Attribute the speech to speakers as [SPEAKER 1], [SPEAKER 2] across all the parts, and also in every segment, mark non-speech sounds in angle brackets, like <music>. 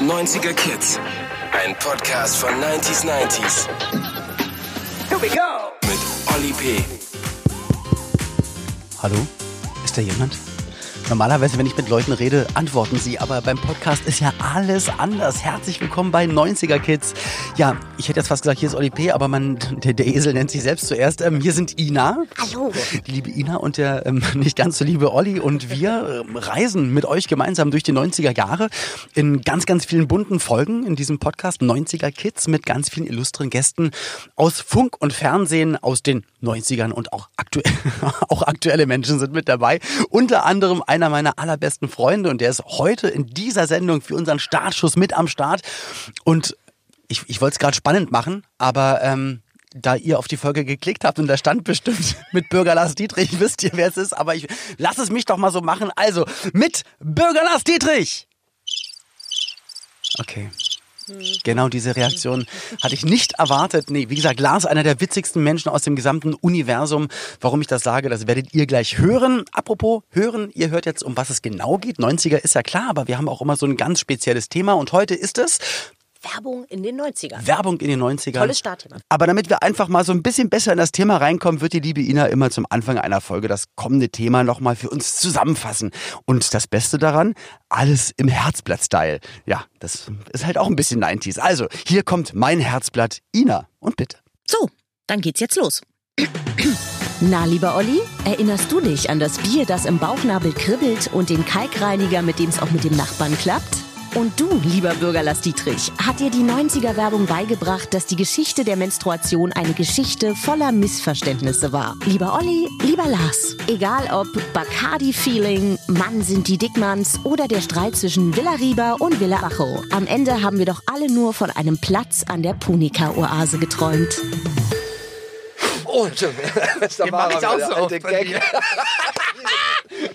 [SPEAKER 1] 90er Kids. Ein Podcast von 90s 90s. Here we go! Mit Olli P.
[SPEAKER 2] Hallo? Ist da jemand? Normalerweise, wenn ich mit Leuten rede, antworten sie, aber beim Podcast ist ja alles anders. Herzlich willkommen bei 90er Kids. Ja, ich hätte jetzt fast gesagt, hier ist Oli P., aber man, der, der Esel nennt sich selbst zuerst. Ähm, hier sind Ina.
[SPEAKER 3] Hallo.
[SPEAKER 2] Die liebe Ina und der ähm, nicht ganz so liebe Olli und wir ähm, reisen mit euch gemeinsam durch die 90er Jahre in ganz, ganz vielen bunten Folgen in diesem Podcast 90er Kids mit ganz vielen illustren Gästen aus Funk und Fernsehen aus den 90ern und auch, aktuell, <laughs> auch aktuelle Menschen sind mit dabei. Unter anderem einer meiner allerbesten Freunde und der ist heute in dieser Sendung für unseren Startschuss mit am Start und ich, ich wollte es gerade spannend machen, aber ähm, da ihr auf die Folge geklickt habt und da stand bestimmt <laughs> mit Bürger Lars Dietrich, wisst ihr, wer es ist, aber ich lass es mich doch mal so machen. Also, mit Bürger Lars Dietrich! Okay. Genau diese Reaktion hatte ich nicht erwartet. Nee, wie gesagt, Lars, einer der witzigsten Menschen aus dem gesamten Universum. Warum ich das sage, das werdet ihr gleich hören. Apropos hören, ihr hört jetzt, um was es genau geht. 90er ist ja klar, aber wir haben auch immer so ein ganz spezielles Thema und heute ist es
[SPEAKER 3] Werbung in den 90ern.
[SPEAKER 2] Werbung in den 90ern.
[SPEAKER 3] Tolles Startthema.
[SPEAKER 2] Aber damit wir einfach mal so ein bisschen besser in das Thema reinkommen, wird die liebe Ina immer zum Anfang einer Folge das kommende Thema nochmal für uns zusammenfassen. Und das Beste daran, alles im Herzblatt-Style. Ja, das ist halt auch ein bisschen 90s. Also, hier kommt mein Herzblatt, Ina. Und bitte.
[SPEAKER 3] So, dann geht's jetzt los. Na, lieber Olli, erinnerst du dich an das Bier, das im Bauchnabel kribbelt und den Kalkreiniger, mit dem es auch mit dem Nachbarn klappt? Und du, lieber Bürger Lars Dietrich, hat dir die 90er-Werbung beigebracht, dass die Geschichte der Menstruation eine Geschichte voller Missverständnisse war. Lieber Olli, lieber Lars, egal ob Bacardi-Feeling, Mann sind die Dickmanns oder der Streit zwischen Villa Riba und Villa Acho. Am Ende haben wir doch alle nur von einem Platz an der Punika-Oase geträumt.
[SPEAKER 4] Oh, <laughs> Entschuldigung. Das Den
[SPEAKER 5] mag ich auch so.
[SPEAKER 4] Alte
[SPEAKER 5] Von
[SPEAKER 4] Gag.
[SPEAKER 5] dir.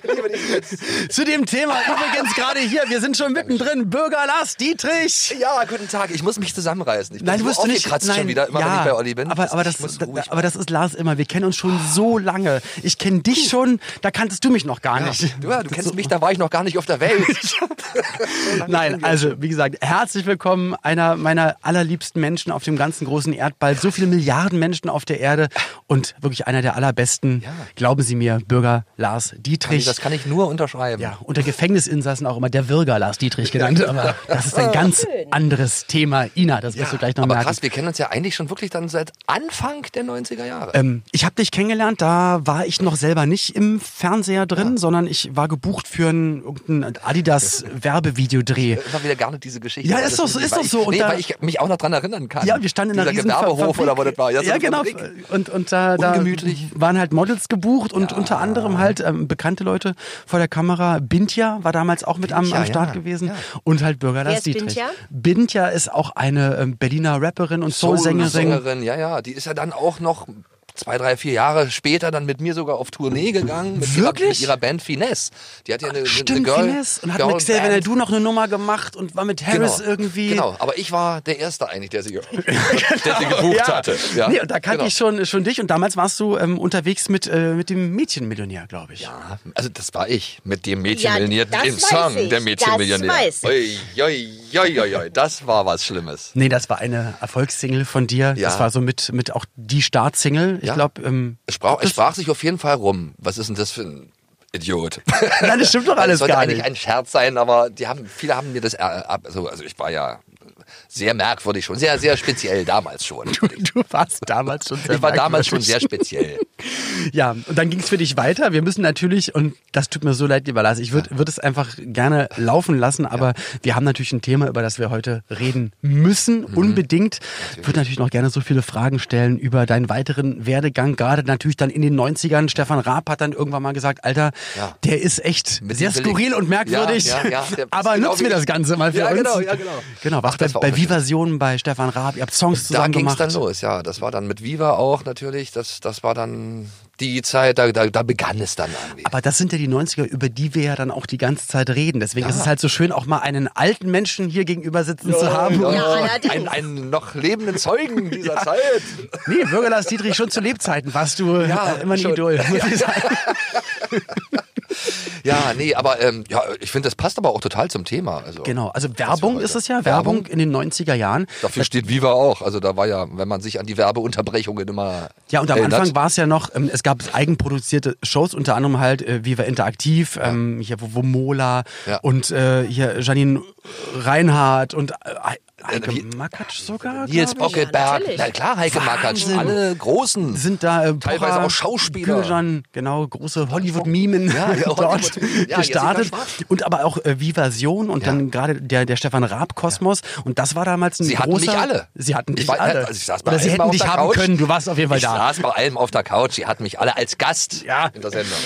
[SPEAKER 4] Lieber diesen Witz.
[SPEAKER 2] <laughs> Zu dem Thema übrigens gerade hier. Wir sind schon mittendrin. Bürger Lars Dietrich.
[SPEAKER 4] ja, guten Tag. Ich muss mich zusammenreißen. Ich bin
[SPEAKER 2] Nein, du
[SPEAKER 4] so
[SPEAKER 2] musst du nicht.
[SPEAKER 4] aufgekratzt
[SPEAKER 2] Nein,
[SPEAKER 4] Also schon wieder, immer
[SPEAKER 2] ja,
[SPEAKER 4] wenn ich bei Olli bin.
[SPEAKER 2] Aber, aber, das,
[SPEAKER 4] ich muss <laughs> ruhig Ah.
[SPEAKER 2] aber das ist Lars immer. Wir kennen uns schon so lange. Ich kenne dich schon, da kanntest du mich noch gar nicht. <laughs>
[SPEAKER 4] bleiben. Du, ja, du kennst mich, da war ich noch gar nicht auf der Welt.
[SPEAKER 2] <laughs> Nein, also wie gesagt, herzlich willkommen einer meiner allerliebsten Menschen auf dem ganzen großen Erdball. So viele Milliarden Menschen auf der Erde und wirklich einer der allerbesten, glauben Sie mir, Bürger Lars Dietrich.
[SPEAKER 4] das kann ich nur unterschreiben.
[SPEAKER 2] ja, unter Gefängnisinsassen auch immer der Bürger Lars Dietrich genannt,
[SPEAKER 4] <laughs>
[SPEAKER 2] aber das ist ein ganz anderes Thema. Ina, das wirst du gleich noch
[SPEAKER 4] Aber
[SPEAKER 2] merken.
[SPEAKER 4] krass, wir kennen uns ja eigentlich schon wirklich dann seit Anfang der 90er Jahre.
[SPEAKER 2] Ähm, ich habe dich kennengelernt, da war ich noch selber nicht im Fernseher drin, sondern ich war gebucht für einen, irgendeinen
[SPEAKER 4] <laughs>
[SPEAKER 2] Adidas-Werbevideodreh.
[SPEAKER 4] Immer wieder gar nicht diese Geschichte.
[SPEAKER 2] Ja,
[SPEAKER 4] Weil
[SPEAKER 2] ist
[SPEAKER 4] das-
[SPEAKER 2] doch- ist
[SPEAKER 4] weil
[SPEAKER 2] doch
[SPEAKER 4] ich,
[SPEAKER 2] so. Und
[SPEAKER 4] Nee,
[SPEAKER 2] da-
[SPEAKER 4] weil ich mich auch noch dran erinnern kann.
[SPEAKER 2] Ja, wir standen in einer
[SPEAKER 4] Dieser
[SPEAKER 2] riesen Fa-
[SPEAKER 4] Gewerbehof
[SPEAKER 2] Fabrik.
[SPEAKER 4] oder wo das war. so
[SPEAKER 2] Ja,
[SPEAKER 4] eine
[SPEAKER 2] genau.
[SPEAKER 4] Fabrik.
[SPEAKER 2] Und, und da, da
[SPEAKER 4] Ungemütlich.
[SPEAKER 2] waren halt Models gebucht und unter anderem halt ähm, bekannte Leute vor der Kamera. Bintja war damals auch mit am,
[SPEAKER 4] Bintja,
[SPEAKER 2] am Start
[SPEAKER 4] ja,
[SPEAKER 2] gewesen
[SPEAKER 4] ja.
[SPEAKER 2] und halt Bürger Lars
[SPEAKER 3] ist
[SPEAKER 2] Dietrich.
[SPEAKER 3] Bintja?
[SPEAKER 2] Bintja ist auch eine ähm, Berliner Rapperin und Soul-Sängerin.
[SPEAKER 4] Sängerin, ja, ja. Die ist ja dann auch noch zwei, drei, vier Jahre später dann mit mir sogar auf Tournee gegangen. Mit
[SPEAKER 2] Wirklich?
[SPEAKER 4] Ihrer, mit ihrer Band Finesse. Die hat ja eine,
[SPEAKER 2] Stimmt,
[SPEAKER 4] eine Girl,
[SPEAKER 2] Finesse. Und hat
[SPEAKER 4] Girl
[SPEAKER 2] mit Xavier
[SPEAKER 4] Band.
[SPEAKER 2] Du noch eine Nummer gemacht und war mit
[SPEAKER 4] genau.
[SPEAKER 2] Harris irgendwie.
[SPEAKER 4] Genau, aber ich war der Erste eigentlich, der
[SPEAKER 2] <laughs>
[SPEAKER 4] sie, der sie gebucht
[SPEAKER 2] Ja.
[SPEAKER 4] hatte. Ja.
[SPEAKER 2] Nee, und da kannte
[SPEAKER 4] Genau.
[SPEAKER 2] ich schon, schon dich und damals warst du ähm, unterwegs mit, äh, mit dem Mädchenmillionär, glaube ich.
[SPEAKER 4] Ja, Also das war ich mit dem
[SPEAKER 3] Ja,
[SPEAKER 4] Mädchenmillionär,
[SPEAKER 3] das
[SPEAKER 4] dem
[SPEAKER 3] weiß
[SPEAKER 4] Song
[SPEAKER 3] ich.
[SPEAKER 4] der
[SPEAKER 3] Das
[SPEAKER 4] Mädchenmillionär.
[SPEAKER 3] weiß
[SPEAKER 4] Ui, ui, ui, ui, ui. Das war was Schlimmes.
[SPEAKER 2] Nee, das war eine Erfolgssingle von dir.
[SPEAKER 4] Ja.
[SPEAKER 2] Das war so mit, mit auch die Startsingle. Ich
[SPEAKER 4] Ja.
[SPEAKER 2] glaube, ähm, <laughs>
[SPEAKER 4] Es sprach, es sprach sich auf jeden Fall rum. Was ist denn das für ein Idiot?
[SPEAKER 2] Nein, das
[SPEAKER 4] <laughs>
[SPEAKER 2] stimmt doch alles
[SPEAKER 4] Es sollte
[SPEAKER 2] gar
[SPEAKER 4] eigentlich
[SPEAKER 2] nicht.
[SPEAKER 4] ein Scherz sein, aber die haben, viele haben mir das äh, ab. Also, also ich war ja sehr merkwürdig schon, sehr, sehr speziell damals schon.
[SPEAKER 2] du warst damals schon sehr
[SPEAKER 4] Ich war damals schon
[SPEAKER 2] merkwürdig.
[SPEAKER 4] sehr speziell.
[SPEAKER 2] Ja, und dann ging es für dich weiter. Wir müssen natürlich, und das tut mir so leid, lieber Lars, ich würde würd es einfach gerne laufen lassen, aber wir haben natürlich ein Thema, über das wir heute reden müssen,
[SPEAKER 4] Mhm.
[SPEAKER 2] unbedingt. Ich würde natürlich noch gerne so viele Fragen stellen über deinen weiteren Werdegang, gerade natürlich dann in den 90ern. Stefan Raab hat dann irgendwann mal gesagt, Alter,
[SPEAKER 4] Ja.
[SPEAKER 2] der ist echt
[SPEAKER 4] Mit
[SPEAKER 2] sehr
[SPEAKER 4] dem Beleg.
[SPEAKER 2] skurril und merkwürdig,
[SPEAKER 4] Ja, ja, ja, der ist
[SPEAKER 2] <laughs> aber
[SPEAKER 4] genau
[SPEAKER 2] nutzt
[SPEAKER 4] wie
[SPEAKER 2] mir
[SPEAKER 4] ich.
[SPEAKER 2] das Ganze mal für
[SPEAKER 4] Ja,
[SPEAKER 2] uns.
[SPEAKER 4] genau, ja, genau.
[SPEAKER 2] Genau, was bei,
[SPEAKER 4] das war auch
[SPEAKER 2] bei
[SPEAKER 4] eine schöne-
[SPEAKER 2] Viva-Versionen bei Stefan Raab, ihr habt Songs zusammen
[SPEAKER 4] da ging's
[SPEAKER 2] gemacht.
[SPEAKER 4] dann los, ja. Das war dann mit Viva auch natürlich. Das, das war dann die Zeit, da, da, da begann es dann irgendwie.
[SPEAKER 2] Aber das sind ja die 90er, über die wir ja dann auch die ganze Zeit reden. Deswegen ist es halt so schön, auch mal einen alten Menschen hier gegenüber sitzen zu haben.
[SPEAKER 4] Ja,
[SPEAKER 3] allerdings.
[SPEAKER 4] einen, einen noch lebenden Zeugen dieser Zeit.
[SPEAKER 2] Nee, Bürger Lars Dietrich, schon zu Lebzeiten warst du äh, immer ein
[SPEAKER 4] schon.
[SPEAKER 2] Idol. muss ich sagen.
[SPEAKER 4] Ja, nee, aber ähm, ja, ich finde, das passt aber auch total zum Thema.
[SPEAKER 2] <laughs>
[SPEAKER 4] Also,
[SPEAKER 2] Genau, also Werbung
[SPEAKER 4] heute-
[SPEAKER 2] ist es ja, Werbung in den 90er Jahren.
[SPEAKER 4] Dafür steht Viva auch. Also da war ja, wenn man sich an die Werbeunterbrechungen immer
[SPEAKER 2] Ja, und am
[SPEAKER 4] erinnert.
[SPEAKER 2] Anfang war es ja noch, ähm, es gab eigenproduzierte Shows, unter anderem halt äh, Viva Interaktiv, ähm, hier wo, wo Mola
[SPEAKER 4] Ja.
[SPEAKER 2] und äh, hier Janine Reinhardt und äh, Heike
[SPEAKER 4] wie-
[SPEAKER 2] Makatsch sogar.
[SPEAKER 4] Nils
[SPEAKER 2] glaub ich.
[SPEAKER 4] Bockelberg,
[SPEAKER 5] natürlich.
[SPEAKER 4] na klar, Heike Makatsch,
[SPEAKER 2] Wahnsinn.
[SPEAKER 4] alle großen.
[SPEAKER 2] sind da äh,
[SPEAKER 4] Teilweise
[SPEAKER 2] Pocher,
[SPEAKER 4] auch Schauspieler.
[SPEAKER 2] Kühljan, genau, große Hollywood-Mimen
[SPEAKER 4] Ja, ja,
[SPEAKER 2] <laughs> dort
[SPEAKER 4] Hollywood-Mimen. Ja, jetzt sieht
[SPEAKER 2] gestartet.
[SPEAKER 4] man schwarz.
[SPEAKER 2] Und aber auch äh, Vivasion und
[SPEAKER 4] Ja.
[SPEAKER 2] dann gerade der, der Stefan Raab-Kosmos. Und das war damals ein
[SPEAKER 4] Sie hatten
[SPEAKER 2] großer...
[SPEAKER 4] nicht alle.
[SPEAKER 2] Sie hatten
[SPEAKER 4] Ich
[SPEAKER 2] nicht
[SPEAKER 4] war-
[SPEAKER 2] alle.
[SPEAKER 4] also ich saß bei
[SPEAKER 2] Oder sie
[SPEAKER 4] einem
[SPEAKER 2] hätten
[SPEAKER 4] auf
[SPEAKER 2] dich
[SPEAKER 4] der
[SPEAKER 2] haben
[SPEAKER 4] Couch.
[SPEAKER 2] können, du warst auf jeden Fall
[SPEAKER 4] Ich
[SPEAKER 2] da.
[SPEAKER 4] saß bei allem auf der Couch, sie hatten mich alle als Gast
[SPEAKER 2] Ja.
[SPEAKER 4] in der Sendung.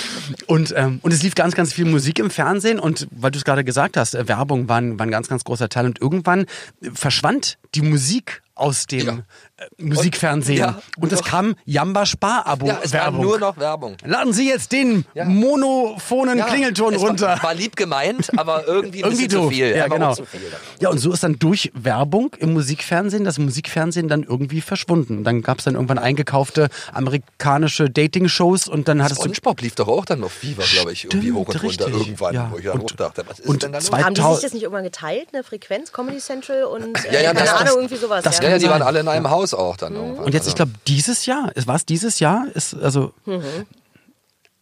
[SPEAKER 2] Und, ähm, und es lief ganz, ganz viel Musik im Fernsehen und weil du es gerade gesagt hast, äh, Werbung war ein, war ein ganz, ganz großer Teil und irgendwann äh, verschwand die Musik aus dem
[SPEAKER 4] Ja.
[SPEAKER 2] äh, Musikfernsehen.
[SPEAKER 4] Ja,
[SPEAKER 2] Und,
[SPEAKER 4] nur
[SPEAKER 2] es
[SPEAKER 4] noch-
[SPEAKER 2] kam Jamba Sparabo
[SPEAKER 4] Ja, es war
[SPEAKER 2] Werbung.
[SPEAKER 4] nur noch Werbung.
[SPEAKER 2] Laden Sie jetzt den
[SPEAKER 4] Ja.
[SPEAKER 2] monophonen
[SPEAKER 4] Ja,
[SPEAKER 2] Klingelton
[SPEAKER 4] es war-
[SPEAKER 2] runter.
[SPEAKER 4] War, lieb gemeint, aber irgendwie, ein
[SPEAKER 2] Irgendwie
[SPEAKER 4] bisschen
[SPEAKER 2] doof.
[SPEAKER 4] zu viel.
[SPEAKER 2] Ja,
[SPEAKER 4] Einfach
[SPEAKER 2] genau.
[SPEAKER 4] auch Zu viel.
[SPEAKER 2] Ja, und so ist dann durch Werbung im Musikfernsehen das Musikfernsehen dann irgendwie verschwunden. Dann gab es dann irgendwann eingekaufte amerikanische Dating-Shows und dann hattest du
[SPEAKER 4] SpongeBob lief doch auch dann noch Fieber, glaube ich, irgendwie
[SPEAKER 2] Stimmt,
[SPEAKER 4] hoch und runter
[SPEAKER 2] richtig.
[SPEAKER 4] irgendwann,
[SPEAKER 2] Ja.
[SPEAKER 4] wo ich dann
[SPEAKER 2] Und-
[SPEAKER 4] auch dachte, was ist
[SPEAKER 2] und
[SPEAKER 4] denn da los?
[SPEAKER 2] zwei-
[SPEAKER 5] Haben die
[SPEAKER 2] Tau-
[SPEAKER 5] sich das nicht irgendwann geteilt, eine Frequenz, Comedy Central und äh,
[SPEAKER 4] Ja, ja,
[SPEAKER 5] keine
[SPEAKER 4] das-
[SPEAKER 5] Ahnung,
[SPEAKER 4] das-
[SPEAKER 5] irgendwie sowas.
[SPEAKER 2] das
[SPEAKER 5] ja.
[SPEAKER 4] ja, ja, die
[SPEAKER 2] sein.
[SPEAKER 4] waren alle in einem Haus auch dann irgendwann.
[SPEAKER 2] Und jetzt,
[SPEAKER 4] Also-
[SPEAKER 2] ich glaube, dieses Jahr, war es dieses Jahr? Ist, also,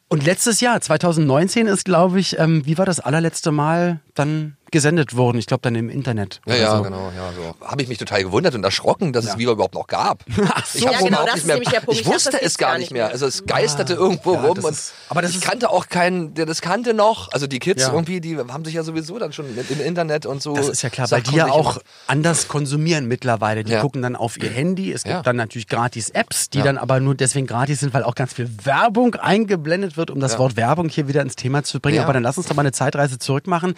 [SPEAKER 2] Und letztes Jahr, 2019, ist, glaube ich, ähm, wie war das allerletzte Mal dann gesendet worden? Ich glaube, dann im Internet.
[SPEAKER 4] Ja,
[SPEAKER 2] oder
[SPEAKER 4] ja,
[SPEAKER 2] so.
[SPEAKER 4] genau. Ja, so. Habe ich mich total gewundert und erschrocken, dass es Viva überhaupt
[SPEAKER 2] <laughs>
[SPEAKER 4] noch gab. Ich hab's
[SPEAKER 5] Ja, genau,
[SPEAKER 4] überhaupt
[SPEAKER 5] das
[SPEAKER 4] nicht
[SPEAKER 5] ist
[SPEAKER 4] mehr,
[SPEAKER 5] nämlich der Punkt.
[SPEAKER 4] Ich
[SPEAKER 5] Ich dachte, das
[SPEAKER 4] wusste
[SPEAKER 5] gibt's
[SPEAKER 4] es gar
[SPEAKER 5] gar
[SPEAKER 4] nicht
[SPEAKER 5] nicht
[SPEAKER 4] mehr.
[SPEAKER 5] mehr.
[SPEAKER 4] Also es geisterte irgendwo
[SPEAKER 2] Ah, Ja,
[SPEAKER 4] rum.
[SPEAKER 2] das
[SPEAKER 4] Und
[SPEAKER 2] ist- aber das
[SPEAKER 4] ich
[SPEAKER 2] ist-
[SPEAKER 4] kannte auch keinen, der das kannte noch. Also die Kids
[SPEAKER 2] Ja.
[SPEAKER 4] irgendwie, die haben sich ja sowieso dann schon mit- im Internet und so.
[SPEAKER 2] Das ist ja klar, weil die ja
[SPEAKER 4] sachkundig
[SPEAKER 2] auch
[SPEAKER 4] und-
[SPEAKER 2] anders konsumieren mittlerweile. Die
[SPEAKER 4] Ja.
[SPEAKER 2] gucken dann auf ihr Handy. Es gibt
[SPEAKER 4] Ja.
[SPEAKER 2] dann natürlich gratis Apps, die
[SPEAKER 4] Ja.
[SPEAKER 2] dann aber nur deswegen gratis sind, weil auch ganz viel Werbung eingeblendet wird, um das Wort Werbung hier wieder ins Thema zu bringen.
[SPEAKER 4] Ja.
[SPEAKER 2] Aber dann lass uns doch mal eine Zeitreise zurück machen.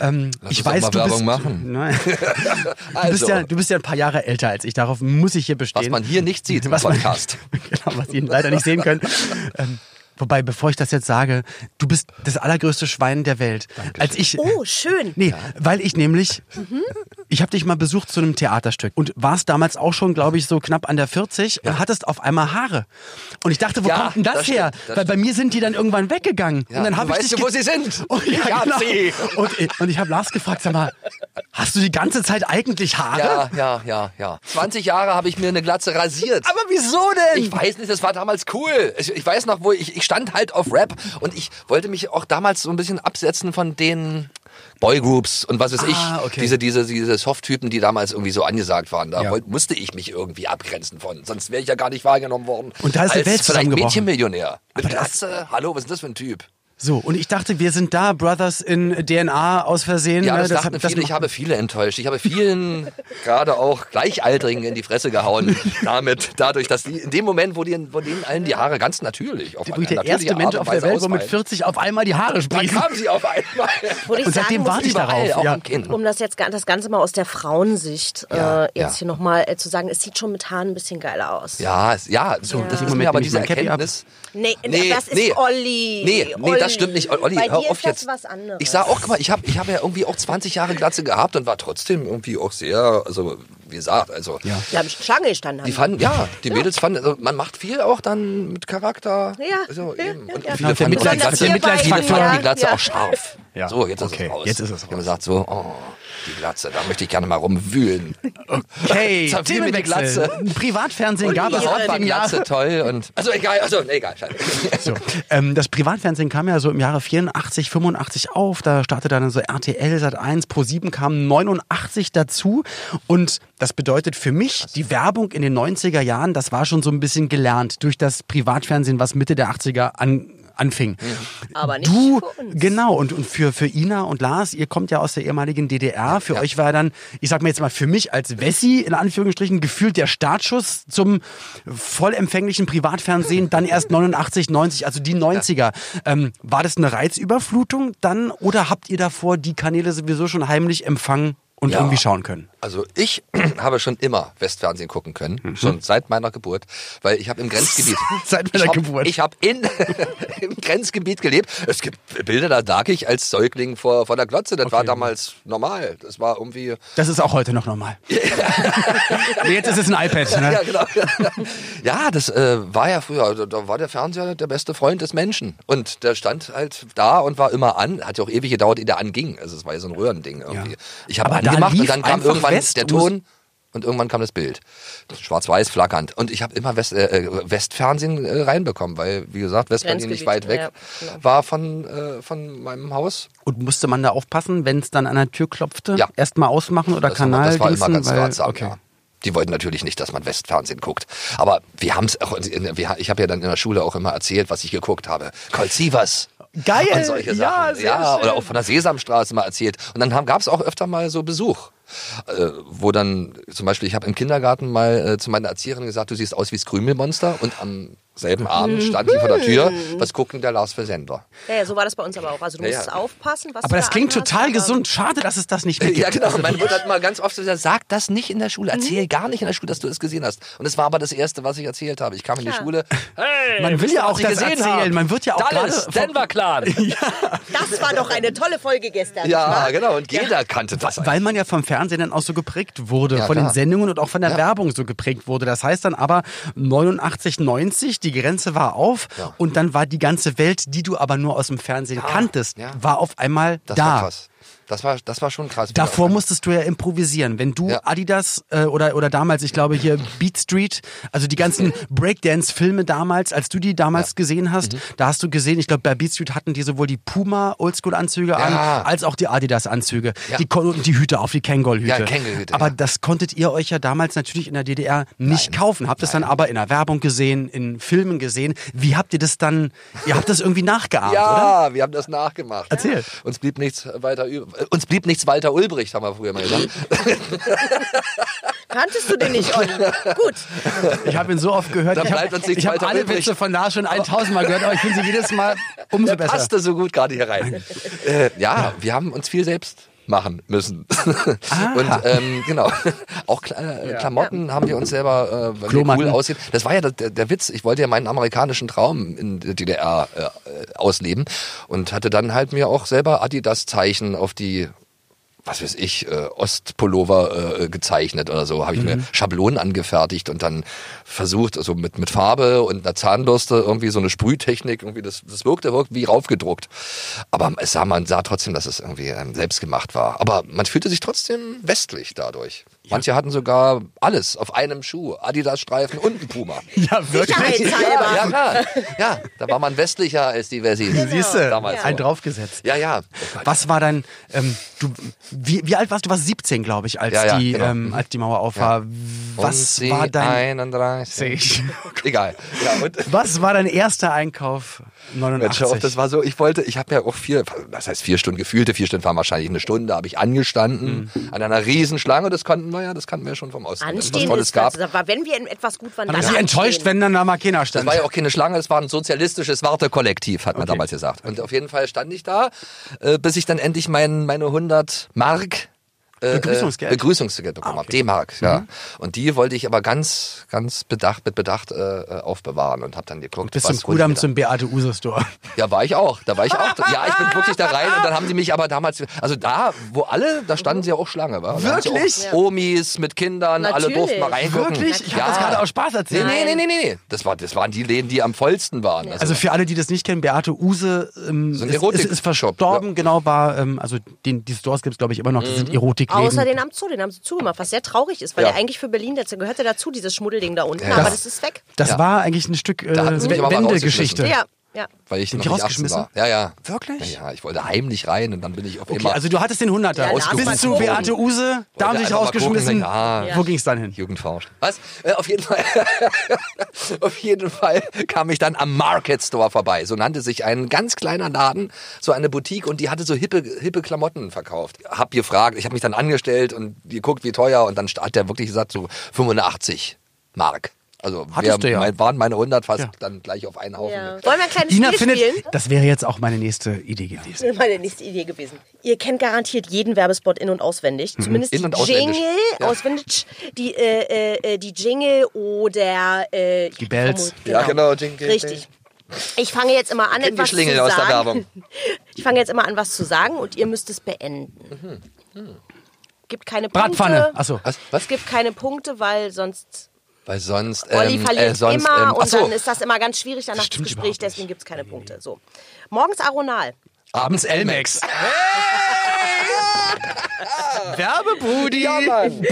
[SPEAKER 2] Ähm, ich
[SPEAKER 4] uns doch
[SPEAKER 2] weiß,
[SPEAKER 4] mal
[SPEAKER 2] du
[SPEAKER 4] Werbung
[SPEAKER 2] bist, <laughs>
[SPEAKER 4] machen. <laughs>
[SPEAKER 2] Nein. du, bist
[SPEAKER 4] Also.
[SPEAKER 2] ja, du bist ja ein paar Jahre älter als ich. Darauf muss ich hier bestehen.
[SPEAKER 4] Was man hier nicht sieht im
[SPEAKER 2] was man- <laughs>
[SPEAKER 4] Podcast.
[SPEAKER 2] genau, was Sie leider nicht sehen können. Ähm, wobei, bevor ich das jetzt sage, du bist das allergrößte Schwein der Welt. Als ich,
[SPEAKER 5] Oh, schön.
[SPEAKER 2] Nee, weil ich nämlich, ich habe dich mal besucht zu einem Theaterstück und warst damals auch schon, glaube ich, so knapp an der 40 und hattest auf einmal Haare. Und ich dachte, wo
[SPEAKER 4] Ja,
[SPEAKER 2] kommt denn das,
[SPEAKER 4] das
[SPEAKER 2] her?
[SPEAKER 4] stimmt, das
[SPEAKER 2] weil bei mir sind die dann irgendwann weggegangen.
[SPEAKER 4] Ja,
[SPEAKER 2] und dann
[SPEAKER 4] du
[SPEAKER 2] habe ich
[SPEAKER 4] weißt
[SPEAKER 2] dich
[SPEAKER 4] ja,
[SPEAKER 2] ge-
[SPEAKER 4] wo sie sind.
[SPEAKER 2] <laughs> Oh, ja,
[SPEAKER 4] Ich hab
[SPEAKER 2] genau. <laughs>
[SPEAKER 4] sie.
[SPEAKER 2] Und, und ich habe Lars gefragt, sag mal, hast du die ganze Zeit eigentlich Haare?
[SPEAKER 4] Ja, ja, ja, ja. 20 Jahre habe ich mir eine Glatze rasiert.
[SPEAKER 2] Aber wieso denn?
[SPEAKER 4] Ich weiß nicht, das war damals cool. Ich, ich weiß noch, wo ich, ich stand halt auf Rap und ich wollte mich auch damals so ein bisschen absetzen von den Boygroups und was weiß
[SPEAKER 2] Ah,
[SPEAKER 4] ich,
[SPEAKER 2] okay.
[SPEAKER 4] diese, diese, diese Soft-Typen, die damals irgendwie so angesagt waren. Da
[SPEAKER 2] Ja.
[SPEAKER 4] wollte- musste ich mich irgendwie abgrenzen von, sonst wäre ich ja gar nicht wahrgenommen worden.
[SPEAKER 2] Und da ist die Welt
[SPEAKER 4] als vielleicht
[SPEAKER 2] zusammengebrochen.
[SPEAKER 4] Mädchenmillionär. Mit
[SPEAKER 2] Aber das-
[SPEAKER 4] Glatze, hallo, was ist das für ein Typ?
[SPEAKER 2] So, und ich dachte, wir sind da, Brothers in DNA aus Versehen.
[SPEAKER 4] Ja,
[SPEAKER 2] ne?
[SPEAKER 4] das,
[SPEAKER 2] hab-
[SPEAKER 4] dachten viele. Ich
[SPEAKER 2] macht-
[SPEAKER 4] habe viele enttäuscht. Ich
[SPEAKER 2] <laughs>
[SPEAKER 4] habe vielen, gerade auch Gleichaltrigen, in die Fresse gehauen. Damit, dadurch, dass die in dem Moment, wo, die, wo denen allen die Haare ganz natürlich auf
[SPEAKER 2] Übrigens der erste Mensch auf der Welt, wo mit 40 auf einmal die Haare
[SPEAKER 4] Dann
[SPEAKER 2] sprießen.
[SPEAKER 4] kamen sie auf einmal.
[SPEAKER 5] Würde ich
[SPEAKER 2] Und seitdem
[SPEAKER 5] sagen, muss
[SPEAKER 2] warte ich
[SPEAKER 5] überall,
[SPEAKER 2] darauf.
[SPEAKER 4] auch
[SPEAKER 2] ja.
[SPEAKER 4] am Kinn.
[SPEAKER 5] Um das jetzt ga- das Ganze mal aus der Frauensicht
[SPEAKER 4] Ja,
[SPEAKER 5] äh, jetzt
[SPEAKER 4] ja.
[SPEAKER 5] hier nochmal äh, zu sagen, es sieht schon mit Haaren ein bisschen geiler aus.
[SPEAKER 4] Ja, es- ja, so, das
[SPEAKER 2] Ich
[SPEAKER 4] ist
[SPEAKER 2] nehme
[SPEAKER 4] mir aber
[SPEAKER 2] mit
[SPEAKER 4] diese
[SPEAKER 2] meinem Cappy ab.
[SPEAKER 4] Erkenntnis.
[SPEAKER 5] Nee, äh, das ist Olli.
[SPEAKER 4] Nee, nee,
[SPEAKER 5] Olli.
[SPEAKER 4] das stimmt nicht. Olli,
[SPEAKER 5] Bei
[SPEAKER 4] hör
[SPEAKER 5] dir
[SPEAKER 4] auf
[SPEAKER 5] ist das
[SPEAKER 4] jetzt.
[SPEAKER 5] was anderes.
[SPEAKER 4] Ich sah auch, guck mal, ich habe ich hab ja irgendwie auch 20 Jahre Glatze gehabt und war trotzdem irgendwie auch sehr, also wie gesagt, also
[SPEAKER 5] Die haben Schlange halt. gestanden.
[SPEAKER 4] Die fanden, ja, die Mädels fanden, also man macht viel auch dann mit Charakter.
[SPEAKER 5] Ja,
[SPEAKER 4] So
[SPEAKER 5] ja,
[SPEAKER 4] eben.
[SPEAKER 5] ja,
[SPEAKER 4] Und
[SPEAKER 5] ja.
[SPEAKER 2] Der
[SPEAKER 4] viele fanden auch die
[SPEAKER 2] Mitleids-
[SPEAKER 4] Glatze,
[SPEAKER 2] der
[SPEAKER 4] viele
[SPEAKER 2] Mitleidsfaktor.
[SPEAKER 4] fanden die
[SPEAKER 5] Ja,
[SPEAKER 4] Glatze
[SPEAKER 5] ja.
[SPEAKER 4] auch scharf.
[SPEAKER 2] Ja.
[SPEAKER 4] So, jetzt
[SPEAKER 2] Okay,
[SPEAKER 4] ist es raus.
[SPEAKER 2] jetzt ist es
[SPEAKER 4] Die haben gesagt so, oh, die Glatze, da möchte ich gerne mal rumwühlen. <laughs>
[SPEAKER 2] Hey,
[SPEAKER 4] Zapier mit der
[SPEAKER 2] Themenwechsel.
[SPEAKER 4] Glatze.
[SPEAKER 2] Privatfernsehen gab es
[SPEAKER 4] Überhaupt
[SPEAKER 2] ab
[SPEAKER 4] war
[SPEAKER 2] dem Jahr.
[SPEAKER 4] Glatze toll und, also egal, also, nee, egal, scheiße.
[SPEAKER 2] So. Ähm, das Privatfernsehen kam ja so im Jahre 84, 85 auf. Da startete dann so RTL, Sat1, Pro7 kam 89 dazu. Und das bedeutet für mich, die Werbung in den 90er Jahren, das war schon so ein bisschen gelernt durch das Privatfernsehen, was Mitte der 80er an anfing.
[SPEAKER 5] Aber nicht
[SPEAKER 2] du,
[SPEAKER 5] für uns.
[SPEAKER 2] genau, und, und für, für Ina und Lars, ihr kommt ja aus der ehemaligen DDR, für euch war dann, ich sag mal jetzt mal, für mich als Wessi, in Anführungsstrichen, gefühlt der Startschuss zum vollempfänglichen Privatfernsehen, dann
[SPEAKER 4] <laughs>
[SPEAKER 2] erst 89, 90, also die 90er. Ähm, war das eine Reizüberflutung dann oder habt ihr davor die Kanäle sowieso schon heimlich empfangen und irgendwie schauen können.
[SPEAKER 4] Also ich <clears throat> habe schon immer Westfernsehen gucken können, schon seit meiner Geburt, weil ich habe im Grenzgebiet.
[SPEAKER 2] Mhm. <laughs> Seit meiner
[SPEAKER 4] ich hab,
[SPEAKER 2] Geburt.
[SPEAKER 4] Ich habe in <laughs> im Grenzgebiet gelebt. Es gibt Bilder, da lag ich als Säugling vor, vor der Glotze. Das war damals normal. Das war irgendwie.
[SPEAKER 2] Das ist auch heute noch
[SPEAKER 4] <laughs>
[SPEAKER 2] normal. Nee, Jetzt ist es ein iPad. Ne?
[SPEAKER 4] Ja, genau. ja, das äh, war ja früher, da- da war der Fernseher der beste Freund des Menschen. Und der stand halt da und war immer an. Hat ja auch ewig gedauert, ehe der anging. Also es war ja so ein Röhrending irgendwie.
[SPEAKER 2] Ja.
[SPEAKER 4] Ich habe
[SPEAKER 2] Aber da
[SPEAKER 4] angemacht
[SPEAKER 2] lief
[SPEAKER 4] und dann kam
[SPEAKER 2] einfach
[SPEAKER 4] irgendwann
[SPEAKER 2] West-
[SPEAKER 4] der Ton und irgendwann kam das Bild. Schwarz-Weiß, flackernd. Und ich habe immer West, äh, äh, Westfernsehen äh, reinbekommen, weil, wie gesagt, Westberlin nicht
[SPEAKER 5] Grenzgebiet,
[SPEAKER 4] weit weg
[SPEAKER 5] ja, genau.
[SPEAKER 4] war von, äh, von meinem Haus.
[SPEAKER 2] Und musste man da aufpassen, wenn es dann an der Tür klopfte?
[SPEAKER 4] Ja.
[SPEAKER 2] Erstmal ausmachen oder
[SPEAKER 4] Das,
[SPEAKER 2] Kanal
[SPEAKER 4] das war immer
[SPEAKER 2] dingsen,
[SPEAKER 4] ganz
[SPEAKER 2] weil-
[SPEAKER 4] ratsam,
[SPEAKER 2] okay.
[SPEAKER 4] ja. Die wollten natürlich nicht, dass man Westfernsehen guckt. Aber wir haben es auch, in, wir, ich habe ja dann in der Schule auch immer erzählt, was ich geguckt habe. Colt Sievers.
[SPEAKER 2] Geil,
[SPEAKER 4] Und solche
[SPEAKER 2] ja,
[SPEAKER 4] Sachen.
[SPEAKER 2] sehr
[SPEAKER 4] ja,
[SPEAKER 2] schön.
[SPEAKER 4] oder auch von der Sesamstraße mal erzählt. Und dann gab es auch öfter mal so Besuch. Äh, wo dann, zum Beispiel, ich habe im Kindergarten mal äh, zu meiner Erzieherin gesagt, du siehst aus wie das Krümelmonster. Und am selben
[SPEAKER 2] Mhm.
[SPEAKER 4] Abend stand die vor der Tür, was guckt denn der Lars für Sender?
[SPEAKER 5] Ja, ja, so war das bei uns aber auch. Also du
[SPEAKER 4] Ja, ja.
[SPEAKER 5] musstest aufpassen, was du
[SPEAKER 2] Aber das
[SPEAKER 5] da
[SPEAKER 2] klingt
[SPEAKER 5] anhast,
[SPEAKER 2] total
[SPEAKER 5] aber-
[SPEAKER 2] gesund. Schade, dass es das nicht <laughs> mehr gibt. Also,
[SPEAKER 4] Ja, genau. Meine Mutter hat mal ganz oft so gesagt, sag das nicht in der Schule. Erzähl gar nicht in der Schule, dass du es gesehen hast. Und es war aber das Erste, was ich erzählt habe. Ich kam in die
[SPEAKER 5] Klar.
[SPEAKER 4] Schule. Hey,
[SPEAKER 2] Man will
[SPEAKER 4] wisst ihr,
[SPEAKER 2] ja
[SPEAKER 4] was
[SPEAKER 2] auch
[SPEAKER 4] ich
[SPEAKER 2] das
[SPEAKER 4] gesehen
[SPEAKER 2] erzählen.
[SPEAKER 4] habe?
[SPEAKER 2] Man wird ja auch
[SPEAKER 4] Dallas,
[SPEAKER 2] gerade vom-
[SPEAKER 4] Denver Clan.
[SPEAKER 2] <laughs>
[SPEAKER 5] Das war doch eine tolle Folge gestern.
[SPEAKER 4] Ja, genau. Und jeder kannte das. halt. eigentlich.
[SPEAKER 2] Weil man ja vom Fernsehen dann auch so geprägt wurde,
[SPEAKER 4] Ja,
[SPEAKER 2] von den
[SPEAKER 4] klar.
[SPEAKER 2] Sendungen und auch von der Werbung so geprägt wurde. Das heißt dann aber 89, 90, die Grenze war auf
[SPEAKER 4] Ja.
[SPEAKER 2] und dann war die ganze Welt, die du aber nur aus dem Fernsehen kanntest,
[SPEAKER 4] ja.
[SPEAKER 2] war auf einmal
[SPEAKER 4] Das
[SPEAKER 2] da.
[SPEAKER 4] war krass. Das war, das war schon krass.
[SPEAKER 2] Davor musstest du ja improvisieren. Wenn du
[SPEAKER 4] Ja.
[SPEAKER 2] Adidas äh, oder, oder damals, ich glaube hier Beat Street, also die
[SPEAKER 4] <laughs>
[SPEAKER 2] ganzen Breakdance-Filme damals, als du die damals gesehen
[SPEAKER 4] Mhm.
[SPEAKER 2] hast, da hast du gesehen, ich glaube bei Beat Street hatten die sowohl die Puma Oldschool-Anzüge
[SPEAKER 4] Ja.
[SPEAKER 2] an, als auch die Adidas-Anzüge.
[SPEAKER 4] Ja.
[SPEAKER 2] Die, Kon- und die Hüte auf, die Kangol-Hüte.
[SPEAKER 4] Ja, Kangol-Hüte,
[SPEAKER 2] Aber
[SPEAKER 4] ja.
[SPEAKER 2] das konntet ihr euch ja damals natürlich in der DDR nicht kaufen. Habt es dann aber in der Werbung gesehen, in Filmen gesehen. Wie habt ihr das dann, ihr habt das
[SPEAKER 4] <laughs>
[SPEAKER 2] irgendwie nachgeahmt, oder?
[SPEAKER 4] Ja, wir haben das nachgemacht.
[SPEAKER 2] Erzähl.
[SPEAKER 4] Uns blieb nichts weiter übrig. Äh, Uns blieb nichts weiter Ulbricht, haben wir früher
[SPEAKER 2] <laughs>
[SPEAKER 4] mal gesagt.
[SPEAKER 5] Kanntest du den
[SPEAKER 4] <laughs>
[SPEAKER 5] nicht, Olli? Gut.
[SPEAKER 2] Ich habe ihn so oft gehört.
[SPEAKER 4] Da
[SPEAKER 2] ich
[SPEAKER 4] bleibt uns
[SPEAKER 2] habe
[SPEAKER 4] nichts
[SPEAKER 2] ich hab
[SPEAKER 4] weiter
[SPEAKER 2] alle
[SPEAKER 4] übrig.
[SPEAKER 2] Witze von da schon 1000 Mal gehört, aber ich finde sie jedes Mal umso
[SPEAKER 4] Der
[SPEAKER 2] besser.
[SPEAKER 4] passte so gut gerade hier rein. Äh, ja, wir haben uns viel selbst machen müssen.
[SPEAKER 2] Ah.
[SPEAKER 4] Und ähm, genau, auch kleine äh, Klamotten haben wir uns selber äh, weil wir
[SPEAKER 2] Klomatten.
[SPEAKER 4] cool aussehen. Das war ja der, der Witz. Ich wollte ja meinen amerikanischen Traum in der DDR äh, äh, ausleben und hatte dann halt mir auch selber Adidas-Zeichen auf die was weiß ich, äh, Ostpullover äh, gezeichnet oder so. Habe ich
[SPEAKER 2] Mhm.
[SPEAKER 4] mir Schablonen angefertigt und dann versucht, also mit, mit Farbe und einer Zahnbürste irgendwie so eine Sprühtechnik, irgendwie das, das wirkte wie raufgedruckt. Aber es sah, man sah trotzdem, dass es irgendwie ähm, selbst gemacht war. Aber man fühlte sich trotzdem westlich dadurch. Manche hatten sogar alles auf einem Schuh, Adidas-Streifen und einen Puma.
[SPEAKER 2] <laughs> Ja, wirklich.
[SPEAKER 5] Sicherheitshalber.
[SPEAKER 4] ja, klar. ja, da war man westlicher als die Wessis.
[SPEAKER 2] Siehst du,
[SPEAKER 4] damals.
[SPEAKER 2] ein
[SPEAKER 4] so.
[SPEAKER 2] draufgesetzt.
[SPEAKER 4] Ja, ja.
[SPEAKER 2] Was war dein, ähm, du, wie, wie alt warst du? Du warst 17, glaube ich, als,
[SPEAKER 4] Ja, ja,
[SPEAKER 2] die,
[SPEAKER 4] genau.
[SPEAKER 2] ähm, als die Mauer auf war. Was
[SPEAKER 4] und sie
[SPEAKER 2] war dein...
[SPEAKER 4] 31. Egal. Ja, und
[SPEAKER 2] <laughs> Was war dein erster Einkauf
[SPEAKER 4] Mensch,
[SPEAKER 2] 89?
[SPEAKER 4] hör auf, das war so, ich wollte, ich habe ja auch vier, das heißt vier Stunden gefühlte, vier Stunden waren wahrscheinlich eine Stunde, habe ich angestanden
[SPEAKER 2] Mhm.
[SPEAKER 4] an einer Riesenschlange, das kannten wir ja, das kannten wir schon vom Osten. dass es was
[SPEAKER 5] Anstehen
[SPEAKER 4] Tolles
[SPEAKER 5] ist
[SPEAKER 4] gab.
[SPEAKER 5] das. Aber wenn wir in etwas gut waren,
[SPEAKER 2] man
[SPEAKER 5] dann
[SPEAKER 2] ist enttäuscht,
[SPEAKER 5] anstehen.
[SPEAKER 2] wenn dann da mal keiner stand.
[SPEAKER 4] Das war ja auch keine Schlange, das war ein sozialistisches Wartekollektiv, hat man damals gesagt. Und auf jeden Fall stand ich da, äh, bis ich dann endlich mein, meine 100 Mark äh,
[SPEAKER 2] Begrüßungsgeld? Ah, Mhm.
[SPEAKER 4] äh, Begrüßungsgeld bekommen habe, D-Mark, ja. Und die wollte ich aber ganz, ganz bedacht, mit Bedacht äh, äh, aufbewahren und habe dann geguckt,
[SPEAKER 2] Bis
[SPEAKER 4] was
[SPEAKER 2] zum
[SPEAKER 4] hol ich mir
[SPEAKER 2] Kudamm,
[SPEAKER 4] da?
[SPEAKER 2] zum Beate-User-Store.
[SPEAKER 4] Ja, war ich auch. Da war ich auch. Ja, ich bin wirklich da rein und dann haben die mich aber damals, also da, wo alle, da standen sie ja auch Schlange, war. Da haben sie
[SPEAKER 2] Wirklich?
[SPEAKER 4] Auch Omis mit Kindern, alle
[SPEAKER 5] Natürlich.
[SPEAKER 4] durften mal reingucken.
[SPEAKER 2] Wirklich? Ich
[SPEAKER 4] ja.
[SPEAKER 2] habe das gerade aus Spaß
[SPEAKER 4] Nee,
[SPEAKER 2] erzählt.
[SPEAKER 4] nee, nee, nee, nee. Das, war, das waren die Läden, die am vollsten waren. Also,
[SPEAKER 2] Also für alle, die das nicht kennen, Beate Use ähm,
[SPEAKER 4] So ein
[SPEAKER 2] ist, ist,
[SPEAKER 4] Erotik-
[SPEAKER 2] ist verstorben,
[SPEAKER 4] Shop,
[SPEAKER 2] genau war, ähm, also den, die Stores gibt es glaube ich immer noch, das
[SPEAKER 4] Mhm.
[SPEAKER 2] sind Erotikläden.
[SPEAKER 5] Außer den am Zoo, den haben sie zugemacht, was sehr traurig ist, weil
[SPEAKER 4] Ja.
[SPEAKER 5] der eigentlich für Berlin, der gehörte dazu, dieses Schmuddelding da unten,
[SPEAKER 4] Ja.
[SPEAKER 5] aber
[SPEAKER 4] Das-
[SPEAKER 5] das ist weg.
[SPEAKER 2] das
[SPEAKER 4] Ja.
[SPEAKER 2] war eigentlich ein Stück äh,
[SPEAKER 4] Da hatten sie mich aber mal
[SPEAKER 2] Wendegeschichte.
[SPEAKER 5] Ja, ja.
[SPEAKER 4] weil ich
[SPEAKER 2] Den
[SPEAKER 4] noch
[SPEAKER 2] die
[SPEAKER 4] nicht 18
[SPEAKER 2] rausgeschmissen?
[SPEAKER 4] war. Ja, ja.
[SPEAKER 2] Wirklich?
[SPEAKER 4] Ja, ich wollte heimlich rein und dann bin ich auf
[SPEAKER 2] Okay,
[SPEAKER 4] immer.
[SPEAKER 2] also du hattest den 100er.
[SPEAKER 5] Ja, Lars war
[SPEAKER 2] Bis zu
[SPEAKER 5] tot.
[SPEAKER 2] Beate Use, da haben sie dich
[SPEAKER 4] einfach mal
[SPEAKER 2] rausgeschmissen.
[SPEAKER 4] gucken, ja.
[SPEAKER 2] Wo ging es dann hin?
[SPEAKER 4] Jugendforscht. Was? Äh, auf jeden Fall. <laughs> auf jeden Fall kam ich dann am Market Store vorbei. So nannte sich ein ganz kleiner Laden, so eine Boutique und die hatte so hippe, hippe Klamotten verkauft. Hab gefragt, ich habe mich dann angestellt und geguckt, wie teuer und dann hat der wirklich gesagt so 85 Mark. Also
[SPEAKER 2] Hattest du ja.
[SPEAKER 4] mein, waren meine 100 fast
[SPEAKER 2] Ja.
[SPEAKER 4] dann gleich auf einen Haufen.
[SPEAKER 5] Ja. Wollen wir ein kleines
[SPEAKER 2] Ina
[SPEAKER 5] Spiel
[SPEAKER 2] findet,
[SPEAKER 5] spielen?
[SPEAKER 2] das wäre jetzt auch meine nächste Idee
[SPEAKER 5] Das
[SPEAKER 2] gewesen.
[SPEAKER 5] wäre meine nächste Idee gewesen. Ihr kennt garantiert jeden Werbespot in- und auswendig. Zumindest
[SPEAKER 4] Mhm. In-
[SPEAKER 5] die
[SPEAKER 4] und auswendig.
[SPEAKER 5] Jingle,
[SPEAKER 4] Ja.
[SPEAKER 5] auswendig, die, äh, äh, äh, die Jingle oder... Äh,
[SPEAKER 2] Die Bells.
[SPEAKER 4] Ja, genau, Jingle,
[SPEAKER 5] Richtig. Ich fange jetzt immer an,
[SPEAKER 4] Kennt die
[SPEAKER 5] etwas zu sagen.
[SPEAKER 4] Schlingel aus der Werbung.
[SPEAKER 5] <laughs> Ich fange jetzt immer an, was zu sagen und ihr müsst es beenden.
[SPEAKER 4] Mhm.
[SPEAKER 5] Gibt keine Punkte.
[SPEAKER 2] Bratpfanne. Achso.
[SPEAKER 4] Was? was?
[SPEAKER 5] Es gibt keine Punkte, weil sonst
[SPEAKER 4] Weil sonst.
[SPEAKER 5] Olli
[SPEAKER 4] ähm,
[SPEAKER 5] verliert
[SPEAKER 4] äh, sonst,
[SPEAKER 5] immer
[SPEAKER 4] ähm,
[SPEAKER 5] und
[SPEAKER 4] achso,
[SPEAKER 5] dann ist das immer ganz schwierig danach das
[SPEAKER 2] stimmt
[SPEAKER 5] Gespräch,
[SPEAKER 2] überhaupt nicht.
[SPEAKER 5] deswegen gibt es keine Punkte. So. Morgens Aronal.
[SPEAKER 2] Abends Elmex. <laughs> Werbebrudi.
[SPEAKER 4] Ja, Mann. <laughs>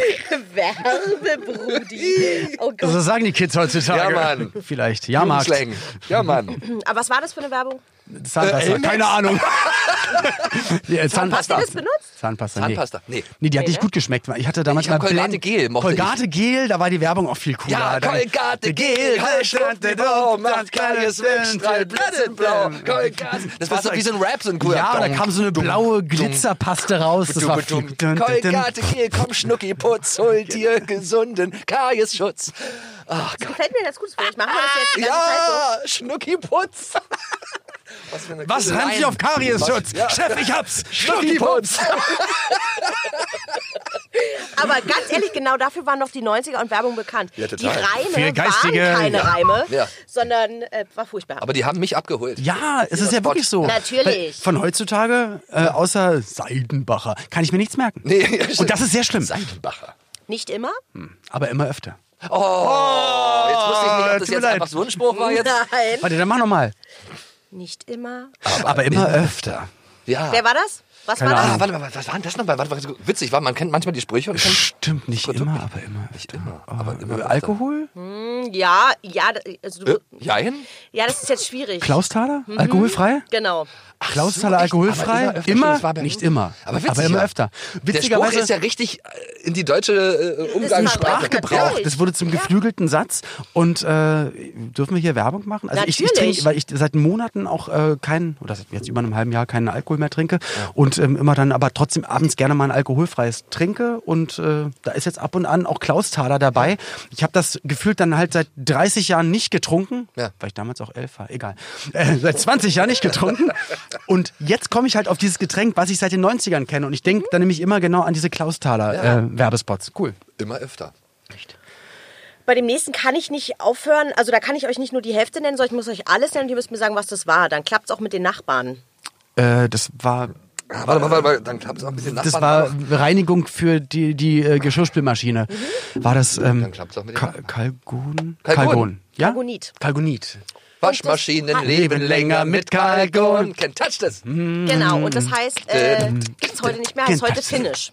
[SPEAKER 5] Werbebrudi. Oh Gott.
[SPEAKER 2] So sagen die Kids heutzutage.
[SPEAKER 4] Ja, Mann.
[SPEAKER 2] Vielleicht. Ja, Markt.
[SPEAKER 4] Slang. Ja, Mann.
[SPEAKER 5] Aber was war das für eine Werbung?
[SPEAKER 2] Zahnpasta. Keine <laughs> Ahnung. ja,
[SPEAKER 5] Hast du
[SPEAKER 2] Äh, Zahnpasta.
[SPEAKER 5] das benutzt?
[SPEAKER 2] Zahnpasta. Nee.
[SPEAKER 4] Äh, Zahnpasta. Nee.
[SPEAKER 2] Nee, die hat
[SPEAKER 5] Nee,
[SPEAKER 2] nicht
[SPEAKER 5] ne?
[SPEAKER 2] gut geschmeckt. Ich hatte damals
[SPEAKER 4] Ich hab
[SPEAKER 2] mal
[SPEAKER 4] Colgate
[SPEAKER 2] Blend-
[SPEAKER 4] Gel mochte
[SPEAKER 2] Colgate Gel, da war die Werbung auch viel cooler.
[SPEAKER 4] Ja,
[SPEAKER 2] Dann-
[SPEAKER 4] Colgate Gel, Halsstand der Dom, macht Karies weg, strahlt Blätter blau, Colgate. Das war so wie so ein Rap, so ein cooler
[SPEAKER 2] Ja, da
[SPEAKER 4] Dong,
[SPEAKER 2] kam so eine
[SPEAKER 4] Dong,
[SPEAKER 2] blaue
[SPEAKER 4] Dong,
[SPEAKER 2] Glitzerpaste raus. Das war
[SPEAKER 4] Dum,
[SPEAKER 2] viel.
[SPEAKER 4] dum. Colgate Gel, komm Schnucki, putz, hol dir gesunden Kariesschutz. Ach Gott.
[SPEAKER 5] Gefällt mir ganz gut. Vielleicht machen wir das jetzt die ganze Zeit
[SPEAKER 4] Ja, Schnucki, putz. <laughs> Was, für eine
[SPEAKER 2] Was
[SPEAKER 4] coole
[SPEAKER 2] reimt sich
[SPEAKER 4] Line.
[SPEAKER 2] auf Kariesschutz?
[SPEAKER 4] Was- Ja.
[SPEAKER 2] Chef, ich
[SPEAKER 4] <laughs>
[SPEAKER 2] hab's.
[SPEAKER 4] Schnucki, putz.
[SPEAKER 5] so. Aber ganz ehrlich, genau dafür waren doch die 90er und Werbung bekannt.
[SPEAKER 4] Ja,
[SPEAKER 5] die
[SPEAKER 4] total.
[SPEAKER 5] Reime
[SPEAKER 2] Viel geistige-
[SPEAKER 5] waren keine
[SPEAKER 2] Ja.
[SPEAKER 5] Reime,
[SPEAKER 4] Ja.
[SPEAKER 5] sondern äh, war furchtbar.
[SPEAKER 4] Aber die haben mich abgeholt.
[SPEAKER 2] Ja, es ist ja
[SPEAKER 4] Spot.
[SPEAKER 2] wirklich so.
[SPEAKER 5] Natürlich.
[SPEAKER 2] Weil Von heutzutage, äh, außer Seidenbacher, kann ich mir nichts merken.
[SPEAKER 4] Nee, <laughs>
[SPEAKER 2] Und das ist sehr schlimm.
[SPEAKER 4] Seidenbacher.
[SPEAKER 5] Nicht immer?
[SPEAKER 2] Aber immer öfter.
[SPEAKER 4] Oh, jetzt wusste ich nicht, ob das
[SPEAKER 2] tut mir
[SPEAKER 4] jetzt
[SPEAKER 2] leid.
[SPEAKER 4] einfach so ein Spruch war Oh, jetzt.
[SPEAKER 5] Nein.
[SPEAKER 2] Warte, dann mach nochmal.
[SPEAKER 5] Nicht immer.
[SPEAKER 4] Ah.
[SPEAKER 2] Aber, immer öfter.
[SPEAKER 4] Ja.
[SPEAKER 5] Wer war das? Was
[SPEAKER 2] Keine
[SPEAKER 5] war das?
[SPEAKER 2] Ahnung.
[SPEAKER 4] Ah, warte mal, was war denn das nochmal? Warte, warte, witzig, war, man kennt manchmal die Sprüche und kann
[SPEAKER 2] Stimmt, nicht immer, aber immer
[SPEAKER 4] nicht
[SPEAKER 2] öfter.
[SPEAKER 4] immer, aber immer
[SPEAKER 2] Äh,
[SPEAKER 4] öfter. Mhm.
[SPEAKER 2] Alkohol?
[SPEAKER 5] Ja, ja, also du,
[SPEAKER 4] Äh, Jein?
[SPEAKER 5] ja, das ist jetzt schwierig.
[SPEAKER 2] Klausthaler? Alkoholfrei?
[SPEAKER 5] Genau.
[SPEAKER 2] Klausthaler
[SPEAKER 4] Mhm. echt?
[SPEAKER 2] alkoholfrei?
[SPEAKER 4] Aber öfter, stimmt,
[SPEAKER 2] immer?
[SPEAKER 4] es war bei-
[SPEAKER 2] nicht immer.
[SPEAKER 4] Aber witzig,
[SPEAKER 2] immer
[SPEAKER 4] ja.
[SPEAKER 2] öfter.
[SPEAKER 4] Der Spruch
[SPEAKER 2] Witzigerweise
[SPEAKER 4] ist ja richtig äh, in die deutsche äh,
[SPEAKER 5] ein
[SPEAKER 4] Umgangssprache.
[SPEAKER 5] Sprachgebrauch.
[SPEAKER 4] Ja.
[SPEAKER 5] Natürlich.
[SPEAKER 2] Das wurde zum geflügelten Satz. Und äh, dürfen wir hier Werbung machen? Also ich, ich
[SPEAKER 5] Natürlich.
[SPEAKER 2] trinke, weil ich seit Monaten auch äh, keinen, oder seit jetzt über einem halben Jahr keinen Alkohol mehr trinke und ähm, immer dann aber trotzdem abends gerne mal ein alkoholfreies trinke. Und äh, da ist jetzt ab und an auch Klausthaler dabei. Ich habe das gefühlt dann halt seit 30 Jahren nicht getrunken,
[SPEAKER 4] Ja.
[SPEAKER 2] weil ich damals auch elf war, egal. Äh, seit 20 Jahren nicht getrunken. und jetzt komme ich halt auf dieses Getränk, was ich seit den 90ern kenne. Und ich denke dann nämlich immer genau an diese Klausthaler
[SPEAKER 4] Ja.
[SPEAKER 2] äh, Werbespots. Cool.
[SPEAKER 4] Immer öfter.
[SPEAKER 5] Bei dem nächsten kann ich nicht aufhören. Also da kann ich euch nicht nur die Hälfte nennen, sondern ich muss euch alles nennen und ihr müsst mir sagen, was das war. Dann klappt es auch mit den Nachbarn.
[SPEAKER 2] Äh, das war
[SPEAKER 4] Ah, Warte mal, warte mal, dann klappt es auch ein bisschen
[SPEAKER 2] Das war
[SPEAKER 4] Nachbarn-
[SPEAKER 2] Reinigung für die, die äh, Geschirrspülmaschine. War das ähm,
[SPEAKER 4] Mhm. Dann klappt's auch mit den
[SPEAKER 2] Ka
[SPEAKER 4] Nachbarn.
[SPEAKER 2] Kalgon?
[SPEAKER 4] Kalgon.
[SPEAKER 2] Ja?
[SPEAKER 5] Kalgonit.
[SPEAKER 2] Kalgonit.
[SPEAKER 4] Waschmaschinen
[SPEAKER 5] Und das-
[SPEAKER 4] leben länger mit Kalkon. Ken touch das.
[SPEAKER 5] Genau. Und das heißt, äh, gibt es heute nicht mehr, heißt heute Finnisch.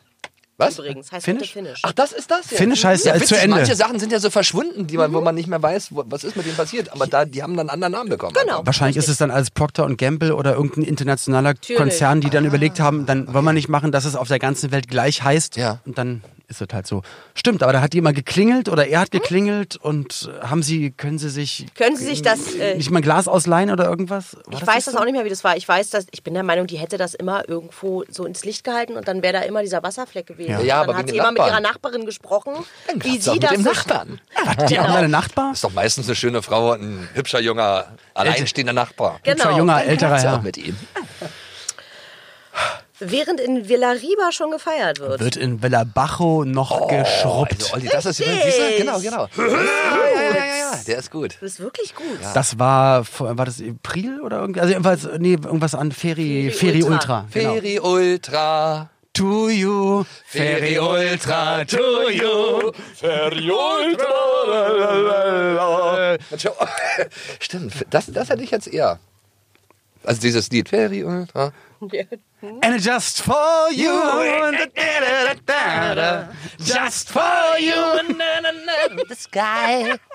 [SPEAKER 4] Was?
[SPEAKER 5] Übrigens, heißt
[SPEAKER 2] Finnisch?
[SPEAKER 5] heute Finnisch.
[SPEAKER 4] Ach, das ist das jetzt.
[SPEAKER 2] Finnisch heißt, äh,
[SPEAKER 4] ja, witzig,
[SPEAKER 2] zu Ende.
[SPEAKER 4] Manche Sachen sind ja so verschwunden, die man,
[SPEAKER 5] Mhm.
[SPEAKER 4] wo man nicht mehr weiß, wo, was ist mit denen passiert. Aber da, die haben dann einen anderen Namen bekommen.
[SPEAKER 5] Genau.
[SPEAKER 2] Wahrscheinlich ist es dann als Procter und Gamble oder irgendein internationaler Konzern, die dann
[SPEAKER 5] Ah,
[SPEAKER 2] überlegt haben, dann wollen wir nicht machen, dass es auf der ganzen Welt gleich heißt.
[SPEAKER 4] Ja.
[SPEAKER 2] Und dann ist es halt so. Stimmt, aber da hat jemand geklingelt oder er hat geklingelt und äh, haben sie, können sie sich
[SPEAKER 5] Hm? Können Sie sich das... Äh,
[SPEAKER 2] nicht mal ein Glas ausleihen oder irgendwas? War
[SPEAKER 5] ich
[SPEAKER 2] das
[SPEAKER 5] weiß
[SPEAKER 2] nicht
[SPEAKER 5] das
[SPEAKER 2] so?
[SPEAKER 5] auch nicht mehr, wie das war. Ich weiß, dass ich bin der Meinung, die hätte das immer irgendwo so ins Licht gehalten und dann wäre da immer dieser Wasserfleck
[SPEAKER 2] Ja.
[SPEAKER 5] gewesen. Und
[SPEAKER 4] Ja,
[SPEAKER 5] dann
[SPEAKER 4] aber
[SPEAKER 5] hat
[SPEAKER 4] wegen
[SPEAKER 5] sie
[SPEAKER 4] den
[SPEAKER 5] immer mit ihrer
[SPEAKER 4] Nachbarn.
[SPEAKER 5] Nachbarin gesprochen,
[SPEAKER 4] Dann
[SPEAKER 5] wie
[SPEAKER 4] klappt's
[SPEAKER 5] sie
[SPEAKER 4] auch mit
[SPEAKER 5] das
[SPEAKER 4] dem
[SPEAKER 5] so-
[SPEAKER 4] Nachbarn.
[SPEAKER 2] Hat
[SPEAKER 5] Genau.
[SPEAKER 2] die auch mal eine Nachbar?
[SPEAKER 4] Ist doch meistens eine schöne Frau und ein hübscher, junger, alleinstehender Nachbar.
[SPEAKER 5] Genau.
[SPEAKER 2] Hübscher, junger,
[SPEAKER 5] Dann
[SPEAKER 2] älterer
[SPEAKER 4] Hat's ja
[SPEAKER 2] Herr.
[SPEAKER 4] auch mit ihm.
[SPEAKER 5] Während in Villariba schon gefeiert wird.
[SPEAKER 2] Wird in Villa Bajo noch geschrubbt.
[SPEAKER 4] Also Olli, das ist siehst du? genau, genau. Ja, ja, ja, ja, ja, der ist gut.
[SPEAKER 5] Das ist wirklich gut.
[SPEAKER 2] das war, vor- war das April oder irgendwie? Also jedenfalls, nee, irgendwas an Ferry,
[SPEAKER 5] Ferry
[SPEAKER 2] Ferry Ultra.
[SPEAKER 5] Ultra.
[SPEAKER 2] genau.
[SPEAKER 4] Feri Ultra.
[SPEAKER 2] To you.
[SPEAKER 4] Ferry Ultra to
[SPEAKER 2] you.
[SPEAKER 4] Feri Ultra. oh, <laughs> Stimmt, das, das hätte ich jetzt eher. Also dieses Lied. Feri Ultra.
[SPEAKER 2] And just for you. Just for you.
[SPEAKER 4] The sky.
[SPEAKER 2] <laughs>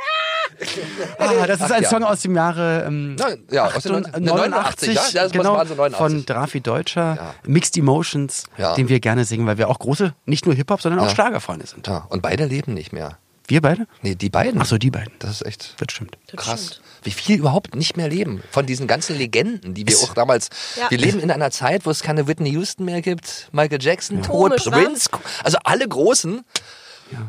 [SPEAKER 2] Ah, das ist
[SPEAKER 4] Ach
[SPEAKER 2] ein
[SPEAKER 4] ja.
[SPEAKER 2] Song aus dem Jahre ähm,
[SPEAKER 4] Nein, ja, aus den 19
[SPEAKER 2] 89,
[SPEAKER 4] 89, ja, ja, das
[SPEAKER 2] genau,
[SPEAKER 4] waren so 89.
[SPEAKER 2] von Drafi Deutscher,
[SPEAKER 4] Ja.
[SPEAKER 2] Mixed Emotions,
[SPEAKER 4] Ja.
[SPEAKER 2] den wir gerne singen, weil wir auch große, nicht nur Hip-Hop, sondern auch
[SPEAKER 4] Ja.
[SPEAKER 2] Schlagerfreunde sind.
[SPEAKER 4] Ja, und beide leben nicht mehr.
[SPEAKER 2] Wir beide?
[SPEAKER 4] Nee, die beiden.
[SPEAKER 2] Ach so, die beiden.
[SPEAKER 4] Das ist echt
[SPEAKER 2] Das stimmt.
[SPEAKER 4] krass.
[SPEAKER 5] stimmt.
[SPEAKER 4] Wie viel überhaupt nicht mehr leben von diesen ganzen Legenden, die wir auch damals.
[SPEAKER 5] Ja.
[SPEAKER 4] Wir leben in einer Zeit, wo es keine Whitney Houston mehr gibt, Michael Jackson, tot,
[SPEAKER 5] Komisch, wa?
[SPEAKER 4] Prince, also alle Großen.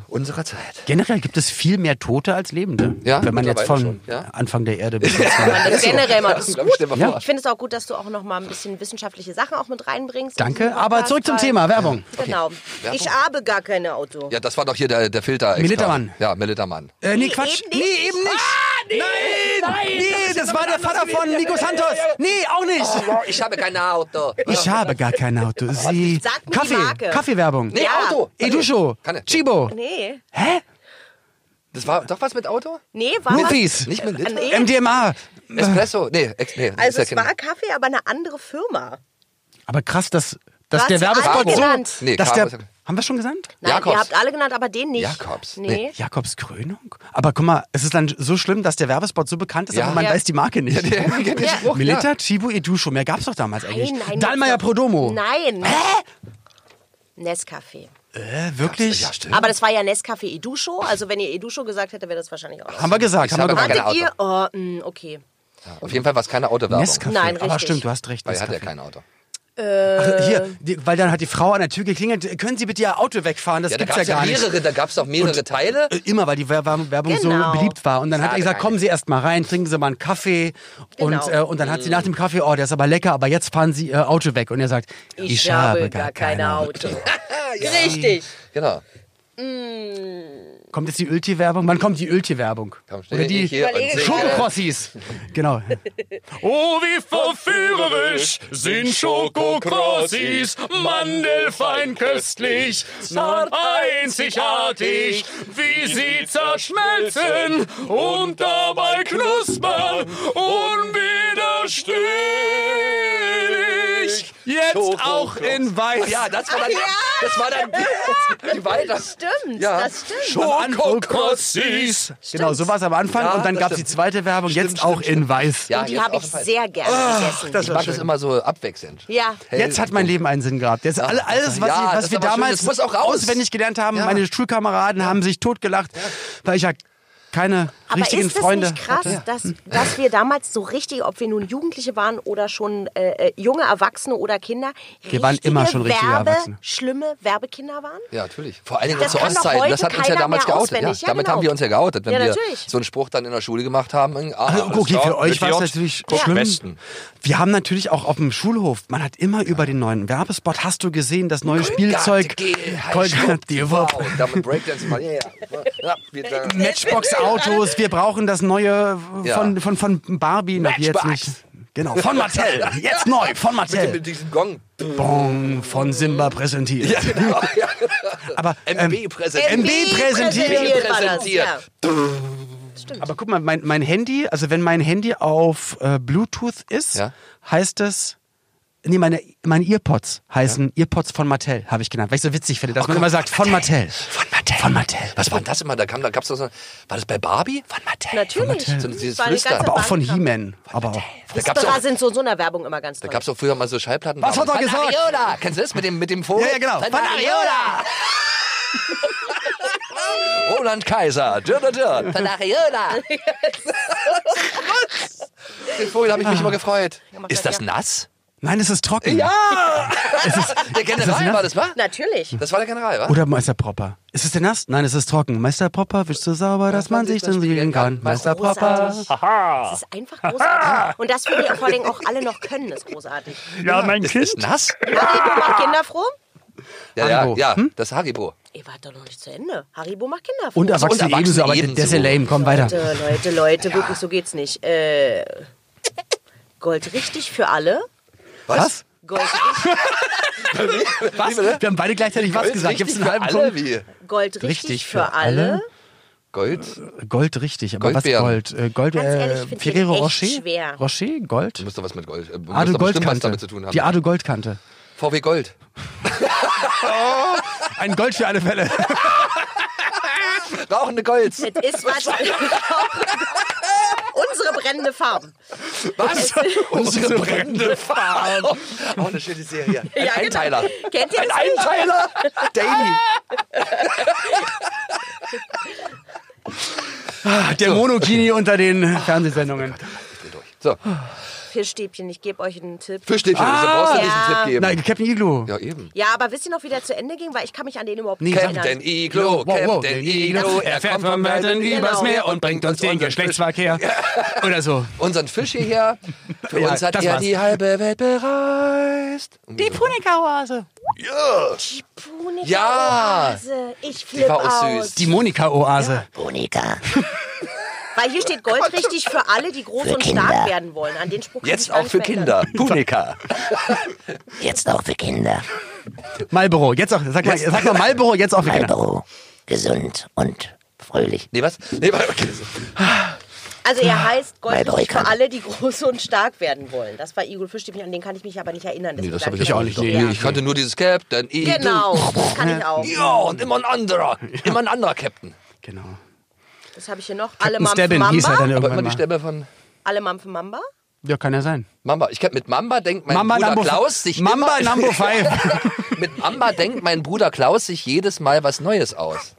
[SPEAKER 4] unserer Zeit.
[SPEAKER 2] Generell gibt es viel mehr Tote als Lebende.
[SPEAKER 4] Ja,
[SPEAKER 2] wenn man jetzt von
[SPEAKER 4] mittlerweile schon, ja.
[SPEAKER 2] Anfang der Erde bis
[SPEAKER 4] <laughs>
[SPEAKER 2] jetzt mal.
[SPEAKER 5] Das generell mal. Das ist
[SPEAKER 4] Glaub ich,
[SPEAKER 5] gut.
[SPEAKER 4] stell mal
[SPEAKER 2] Ja.
[SPEAKER 5] Ich finde es auch gut, dass du auch noch mal ein bisschen wissenschaftliche Sachen auch mit reinbringst. in
[SPEAKER 2] Danke,
[SPEAKER 5] diesen
[SPEAKER 2] aber
[SPEAKER 5] Podcast,
[SPEAKER 2] zurück zum
[SPEAKER 5] weil-
[SPEAKER 2] Thema Werbung.
[SPEAKER 5] <laughs> Genau.
[SPEAKER 4] Werbung?
[SPEAKER 5] Ich habe gar kein Auto.
[SPEAKER 4] Ja, das war doch hier der, der Filter.
[SPEAKER 2] Militermann.
[SPEAKER 4] Ja, Militermann.
[SPEAKER 2] Äh, nee,
[SPEAKER 5] Nee,
[SPEAKER 2] Quatsch. nee,
[SPEAKER 5] eben nicht. Ah,
[SPEAKER 2] eben nicht. nein, nein, nee, das war der Vater von Nico Santos. Nee, auch nicht.
[SPEAKER 5] Oh,
[SPEAKER 4] Ich habe kein Auto.
[SPEAKER 2] Ich habe gar kein Auto. Sie.
[SPEAKER 5] Sag mir Oh, die
[SPEAKER 2] Kaffee.
[SPEAKER 5] Marke.
[SPEAKER 2] Kaffeewerbung.
[SPEAKER 4] Nee,
[SPEAKER 5] Ja.
[SPEAKER 4] Auto. Äh,
[SPEAKER 2] Educho.
[SPEAKER 4] Kann-
[SPEAKER 2] Chibo.
[SPEAKER 5] Nee.
[SPEAKER 2] Hä?
[SPEAKER 4] Das war doch was mit Auto?
[SPEAKER 5] Nee, war
[SPEAKER 2] Mithis.
[SPEAKER 4] Nicht mit
[SPEAKER 5] Äh,
[SPEAKER 4] Liter?
[SPEAKER 5] nee.
[SPEAKER 2] MDMA.
[SPEAKER 4] Espresso? Nee, ex, nee
[SPEAKER 5] was. Also
[SPEAKER 4] ist
[SPEAKER 5] es
[SPEAKER 4] ja kein-
[SPEAKER 5] war Kaffee, aber eine andere Firma.
[SPEAKER 2] Aber krass, dass, dass
[SPEAKER 5] Was
[SPEAKER 2] der
[SPEAKER 5] sie alle
[SPEAKER 2] Werbespot
[SPEAKER 5] genannt?
[SPEAKER 2] so.
[SPEAKER 4] Nee,
[SPEAKER 2] dass
[SPEAKER 4] Caro
[SPEAKER 2] der,
[SPEAKER 4] ist ja-
[SPEAKER 2] haben wir schon gesagt?
[SPEAKER 5] Nein,
[SPEAKER 4] Jakobs.
[SPEAKER 5] ihr habt alle genannt, aber den nicht.
[SPEAKER 4] Jakobs.
[SPEAKER 5] Nee.
[SPEAKER 2] Jakobs Krönung? Aber guck mal, es ist dann so schlimm, dass der Werbespot so bekannt ist,
[SPEAKER 4] Ja.
[SPEAKER 2] aber man
[SPEAKER 5] Ja.
[SPEAKER 2] weiß die Marke nicht.
[SPEAKER 4] Ja, der kennt den
[SPEAKER 5] Ja.
[SPEAKER 4] Spruch,
[SPEAKER 2] Milita,
[SPEAKER 4] ja.
[SPEAKER 2] Chibo, Educho, mehr gab's doch damals eigentlich.
[SPEAKER 5] Nein, nein.
[SPEAKER 2] Dallmayr
[SPEAKER 5] das-
[SPEAKER 2] Prodomo.
[SPEAKER 5] Nein. Nescafé.
[SPEAKER 2] Äh, wirklich?
[SPEAKER 4] Ja, stimmt.
[SPEAKER 5] Aber das war ja Nescafé Educho. Also wenn ihr Educho gesagt hättet, wäre das wahrscheinlich auch.
[SPEAKER 2] haben wir gesagt,
[SPEAKER 4] Ich
[SPEAKER 2] haben wir
[SPEAKER 4] sag aber
[SPEAKER 2] gesagt.
[SPEAKER 4] keine
[SPEAKER 5] Hattet
[SPEAKER 4] Auto.
[SPEAKER 5] ihr? Oh, mh, okay.
[SPEAKER 4] Auf jeden Fall war es keine Autowerbung.
[SPEAKER 2] Nescafé.
[SPEAKER 5] Nein,
[SPEAKER 2] Aber
[SPEAKER 5] richtig.
[SPEAKER 2] stimmt, du hast recht.
[SPEAKER 4] Weil er hat ja
[SPEAKER 2] Nescafé.
[SPEAKER 4] kein Auto.
[SPEAKER 2] Ach, hier, die, weil dann hat die Frau an der Tür geklingelt, können Sie bitte Ihr Auto wegfahren, das
[SPEAKER 4] Ja, da
[SPEAKER 2] gibt's
[SPEAKER 4] gab
[SPEAKER 2] ja
[SPEAKER 4] es ja
[SPEAKER 2] gar nicht.
[SPEAKER 4] mehrere, da gab es doch mehrere Teile.
[SPEAKER 2] Äh, Immer, weil die Wer- Werbung
[SPEAKER 5] Genau.
[SPEAKER 2] so beliebt war. Und dann hat
[SPEAKER 4] Ja,
[SPEAKER 2] er gesagt,
[SPEAKER 4] danke.
[SPEAKER 2] kommen Sie erst mal rein, trinken Sie mal einen Kaffee.
[SPEAKER 5] Genau.
[SPEAKER 2] Und, äh, und dann hat sie nach dem Kaffee, oh, der ist aber lecker, aber jetzt fahren Sie Ihr Auto weg. Und er sagt, ich, habe gar keine Ahnung.
[SPEAKER 5] Auto.
[SPEAKER 4] <laughs>
[SPEAKER 5] Richtig.
[SPEAKER 4] Genau.
[SPEAKER 2] Kommt jetzt die Öltee-Werbung? Wann kommt die Öltee-Werbung?
[SPEAKER 4] Komm, stell
[SPEAKER 2] Oder
[SPEAKER 4] dich
[SPEAKER 2] die
[SPEAKER 4] hier und singe.
[SPEAKER 2] Schokokrossis. genau.
[SPEAKER 6] Oh, wie verführerisch sind Schokokrossis, mandelfein köstlich, zart einzigartig, wie sie zerschmelzen und dabei knuspern, unwiderstehlich. Jetzt auch in weiß.
[SPEAKER 4] Ja, das war dann.
[SPEAKER 5] Ja.
[SPEAKER 4] Das war dann die, die weiter.
[SPEAKER 5] Stimmt,
[SPEAKER 4] Ja.
[SPEAKER 5] das stimmt.
[SPEAKER 6] Schokokrossis.
[SPEAKER 2] Genau, so war es am Anfang.
[SPEAKER 4] Ja,
[SPEAKER 2] und dann
[SPEAKER 4] das
[SPEAKER 2] gab es die
[SPEAKER 4] stimmt.
[SPEAKER 2] zweite Werbung, jetzt auch in weiß.
[SPEAKER 4] Ja,
[SPEAKER 5] Die
[SPEAKER 4] jetzt
[SPEAKER 5] habe
[SPEAKER 4] auf
[SPEAKER 5] ich
[SPEAKER 4] jeden Fall.
[SPEAKER 5] sehr gerne
[SPEAKER 2] Ah,
[SPEAKER 5] gegessen.
[SPEAKER 4] Ich mag das immer so abwechselnd.
[SPEAKER 5] ja.
[SPEAKER 2] Jetzt hat mein Leben einen Sinn gehabt. Jetzt alle, alles, was,
[SPEAKER 4] Ja,
[SPEAKER 2] ich,
[SPEAKER 4] das
[SPEAKER 2] was
[SPEAKER 4] ist
[SPEAKER 2] wir
[SPEAKER 4] aber schön.
[SPEAKER 2] damals
[SPEAKER 4] Das muss auch raus.
[SPEAKER 2] auswendig gelernt haben,
[SPEAKER 4] Ja.
[SPEAKER 2] meine Schulkameraden haben sich totgelacht, weil ich ja keine
[SPEAKER 5] Aber
[SPEAKER 2] richtigen
[SPEAKER 5] ist das
[SPEAKER 2] Freunde
[SPEAKER 5] nicht krass,
[SPEAKER 2] hatte.
[SPEAKER 5] dass, dass wir damals so richtig, ob wir nun Jugendliche waren oder schon äh, äh, junge Erwachsene oder Kinder,
[SPEAKER 2] Wir waren immer schon richtige
[SPEAKER 5] Werbe,
[SPEAKER 2] Erwachsene.
[SPEAKER 5] schlimme Werbekinder waren?
[SPEAKER 4] Ja, natürlich. Vor allen Dingen
[SPEAKER 5] Das
[SPEAKER 4] zu
[SPEAKER 5] kann doch
[SPEAKER 4] Ostzeiten.
[SPEAKER 5] heute
[SPEAKER 4] Das hat uns ja
[SPEAKER 5] keiner
[SPEAKER 4] damals
[SPEAKER 5] mehr
[SPEAKER 4] geoutet. Ja,
[SPEAKER 5] auswendig. Ja,
[SPEAKER 4] damit
[SPEAKER 5] genau.
[SPEAKER 4] haben wir uns ja geoutet, wenn
[SPEAKER 5] Ja,
[SPEAKER 4] wir
[SPEAKER 5] natürlich.
[SPEAKER 4] so einen Spruch dann in der Schule gemacht haben. Ah,
[SPEAKER 2] Also,
[SPEAKER 4] alles
[SPEAKER 2] okay,
[SPEAKER 4] klar,
[SPEAKER 2] für euch war es
[SPEAKER 4] Idiot.
[SPEAKER 2] natürlich
[SPEAKER 4] Guck,
[SPEAKER 2] schlimm.
[SPEAKER 4] Westen.
[SPEAKER 2] Wir haben natürlich auch auf dem Schulhof, man hat immer über den neuen Werbespot, hast du gesehen, das neue Spielzeug,
[SPEAKER 4] Geh, halt,
[SPEAKER 2] Kolgat,
[SPEAKER 4] stopp.
[SPEAKER 2] Dewop,
[SPEAKER 4] Wow, Damit Breakdance mal.
[SPEAKER 2] <laughs>
[SPEAKER 4] Ja, ja. ja wir sagen-
[SPEAKER 2] Matchbox-Autos, wir brauchen das neue
[SPEAKER 4] Ja.
[SPEAKER 2] von, von, von Barbie. Na, wir jetzt
[SPEAKER 4] Matchbox.
[SPEAKER 2] nicht. Genau, von Mattel, jetzt neu, von
[SPEAKER 4] Mit,
[SPEAKER 2] Mattel.
[SPEAKER 4] mit diesem Gong.
[SPEAKER 2] Bon, von Simba präsentiert. genau.
[SPEAKER 4] <laughs>
[SPEAKER 2] Aber, ähm,
[SPEAKER 4] MB präsentiert.
[SPEAKER 2] MB präsentiert.
[SPEAKER 5] war das,
[SPEAKER 4] Präsentiert.
[SPEAKER 5] ja.
[SPEAKER 2] aber guck mal, mein, mein Handy, also wenn mein Handy auf äh, Bluetooth ist,
[SPEAKER 4] Ja.
[SPEAKER 2] heißt es. Nee, meine, meine Earpods heißen Earpods von Mattel, habe ich genannt, weil ich so witzig finde, dass man immer sagt, von Mattel. Von Mattel. Von Mattel.
[SPEAKER 4] Was war denn das immer? Da kam, da gab's doch so, war das bei Barbie? Von Mattel.
[SPEAKER 5] Natürlich.
[SPEAKER 4] So dieses
[SPEAKER 5] War die ganze
[SPEAKER 4] Flüstern.
[SPEAKER 2] Aber auch von
[SPEAKER 5] Bandkraft.
[SPEAKER 2] He-Man. Aber auch.
[SPEAKER 4] Da gab's
[SPEAKER 5] Flüsterer
[SPEAKER 4] auch,
[SPEAKER 5] sind so in so einer Werbung immer ganz
[SPEAKER 4] da
[SPEAKER 5] toll.
[SPEAKER 4] gab's auch früher mal so Schallplatten.
[SPEAKER 2] Was hat er
[SPEAKER 4] Von
[SPEAKER 2] gesagt?
[SPEAKER 4] Ariola. Kennst du das mit dem, mit dem Vogel?
[SPEAKER 2] Ja, ja, genau.
[SPEAKER 4] Von
[SPEAKER 2] Von
[SPEAKER 4] Ariola. <laughs> Roland Kaiser. Dür, dür, dür. Von <laughs> Ariola. den Vogel habe ich mich immer gefreut. Ist das nass?
[SPEAKER 2] Nein, es ist trocken.
[SPEAKER 4] Ja! der General
[SPEAKER 2] nass?
[SPEAKER 4] war das, wa?
[SPEAKER 5] Natürlich.
[SPEAKER 4] Das war der General, wa?
[SPEAKER 2] Oder Meister Popper. Ist es denn nass? Nein, es ist trocken. Meister Popper, wischst du sauber, dass man sich denn sehen kann. Meister Popper.
[SPEAKER 5] Großartig.
[SPEAKER 2] Ah.
[SPEAKER 5] Das ist einfach großartig. Und dass wir die vor allen Dingen auch alle noch können, ist großartig.
[SPEAKER 6] Ja, mein
[SPEAKER 4] Ist das nass?
[SPEAKER 5] Haribo macht
[SPEAKER 2] Ah.
[SPEAKER 5] Kinder froh.
[SPEAKER 4] Ja, ja,
[SPEAKER 2] Haribo. Hm?
[SPEAKER 4] ja. Das Haribo.
[SPEAKER 5] Ihr wart doch noch nicht zu Ende. Haribo macht Kinder froh.
[SPEAKER 2] Und Erwachsene
[SPEAKER 4] Erwachsene
[SPEAKER 2] ebenso, aber
[SPEAKER 4] ebenso.
[SPEAKER 2] der ist ja lame. Komm weiter.
[SPEAKER 5] Leute, Leute, Leute, wirklich, so geht's nicht. Äh, Gold richtig für alle.
[SPEAKER 2] Was?
[SPEAKER 5] Gold, richtig-
[SPEAKER 2] Was? Wir haben beide gleichzeitig was gesagt. Gibt's einen halben
[SPEAKER 4] alle
[SPEAKER 2] Punkt?
[SPEAKER 4] wie?
[SPEAKER 5] Gold richtig, für alle.
[SPEAKER 4] Gold? Du
[SPEAKER 2] Gold richtig, aber
[SPEAKER 4] Goldbeeren.
[SPEAKER 2] was Gold? Äh, Gold
[SPEAKER 5] Ganz ehrlich, ich
[SPEAKER 2] äh,
[SPEAKER 5] find's
[SPEAKER 2] Ferrero
[SPEAKER 5] echt
[SPEAKER 2] Rocher?
[SPEAKER 5] schwer.
[SPEAKER 2] Rocher Gold?
[SPEAKER 4] musst doch was mit Gold. Äh, du musst
[SPEAKER 2] Ado
[SPEAKER 4] doch bestimmt was
[SPEAKER 2] Goldkante.
[SPEAKER 4] damit zu tun haben.
[SPEAKER 2] Die Ado Goldkante.
[SPEAKER 4] VW Gold.
[SPEAKER 2] Ein Gold für alle
[SPEAKER 4] <laughs>
[SPEAKER 2] Fälle.
[SPEAKER 4] Rauchende Golds.
[SPEAKER 5] Das ist was. <laughs> Unsere brennende Farbe.
[SPEAKER 4] Was? <laughs> Unsere brennende Farm. <laughs> Auch eine schöne
[SPEAKER 5] <laughs>
[SPEAKER 4] Serie. Ein
[SPEAKER 5] Ja, genau.
[SPEAKER 4] Einteiler.
[SPEAKER 5] Kennt ihr
[SPEAKER 4] Ein
[SPEAKER 5] das?
[SPEAKER 4] Einteiler.
[SPEAKER 5] <laughs>
[SPEAKER 4] Daily.
[SPEAKER 2] Der Monokini unter den Fernsehsendungen.
[SPEAKER 4] Oh Ich dreh durch. So.
[SPEAKER 5] Fischstäbchen, ich gebe euch einen Tipp.
[SPEAKER 4] Fischstäbchen, ah, du brauchst ja. diesen Tipp geben.
[SPEAKER 2] Nein, Captain Iglo.
[SPEAKER 4] Ja, eben.
[SPEAKER 5] Ja, aber wisst ihr noch, wie der zu Ende ging? Weil ich kann mich an den überhaupt nicht erinnern.
[SPEAKER 4] Captain Iglo,
[SPEAKER 2] Wow, wow.
[SPEAKER 4] Captain Iglo, er
[SPEAKER 6] Fährt
[SPEAKER 4] kommt
[SPEAKER 6] von
[SPEAKER 4] vom Genau.
[SPEAKER 6] Merten
[SPEAKER 4] Welten
[SPEAKER 6] übers Meer und bringt uns den
[SPEAKER 4] <laughs>
[SPEAKER 6] Geschlechtsverkehr. Oder so.
[SPEAKER 4] Unseren Fisch hierher. Für
[SPEAKER 6] Ja,
[SPEAKER 4] uns hat
[SPEAKER 6] das
[SPEAKER 4] er
[SPEAKER 6] war's.
[SPEAKER 4] die halbe Welt bereist. Irgendwie so.
[SPEAKER 6] Punikauase.
[SPEAKER 4] Ja.
[SPEAKER 5] Die Punika
[SPEAKER 4] Ja.
[SPEAKER 5] Oase. Ich flippe
[SPEAKER 4] war auch
[SPEAKER 5] aus.
[SPEAKER 4] süß.
[SPEAKER 2] Die Monika-Oase.
[SPEAKER 5] Weil hier steht
[SPEAKER 4] <laughs>
[SPEAKER 5] Gold richtig für alle, die groß und stark werden wollen. An den Spruch kann ich
[SPEAKER 4] Jetzt
[SPEAKER 5] gar
[SPEAKER 4] auch
[SPEAKER 5] nicht
[SPEAKER 4] für
[SPEAKER 5] mehr erinnern.
[SPEAKER 4] Kinder.
[SPEAKER 5] <laughs>
[SPEAKER 4] Punika.
[SPEAKER 7] Jetzt auch für Kinder.
[SPEAKER 2] Marlboro, jetzt auch. Sag mal, sag mal Marlboro, jetzt auch. wieder.
[SPEAKER 7] Marlboro. Gesund und fröhlich.
[SPEAKER 4] Nee, was? Nee, warte, okay.
[SPEAKER 5] Also er heißt Gold
[SPEAKER 7] Weil bei euch
[SPEAKER 5] richtig für
[SPEAKER 7] kann-
[SPEAKER 5] alle, die groß und stark werden wollen. Das war Igor Fischstäbchen, an den kann ich mich aber nicht erinnern.
[SPEAKER 4] Nee, das
[SPEAKER 5] deswegen
[SPEAKER 4] habe ich, auch nicht.
[SPEAKER 5] bleibt er so.
[SPEAKER 4] Nee,
[SPEAKER 5] Ja.
[SPEAKER 4] Ich kannte nur dieses Captain Iglo.
[SPEAKER 5] Genau,
[SPEAKER 4] <laughs>
[SPEAKER 5] das kann ich auch.
[SPEAKER 4] Ja, und immer ein anderer. Immer ein anderer Captain.
[SPEAKER 2] Genau.
[SPEAKER 5] Das habe ich hier noch. Alle
[SPEAKER 2] Captain Stebbin
[SPEAKER 5] Mampf
[SPEAKER 2] hieß er dann
[SPEAKER 5] Mamba.
[SPEAKER 4] Aber immer
[SPEAKER 2] irgendwann
[SPEAKER 4] die
[SPEAKER 2] mal.
[SPEAKER 4] Stimme von
[SPEAKER 5] Alle Mampf Mamba.
[SPEAKER 2] Ja, kann ja sein.
[SPEAKER 4] Mamba. Ich kenn, mit Mamba denkt mein Bruder Klaus sich
[SPEAKER 2] Mamba
[SPEAKER 4] immer,
[SPEAKER 2] Number Five.
[SPEAKER 4] <laughs> mit Mamba denkt mein Bruder Klaus sich jedes Mal was Neues aus.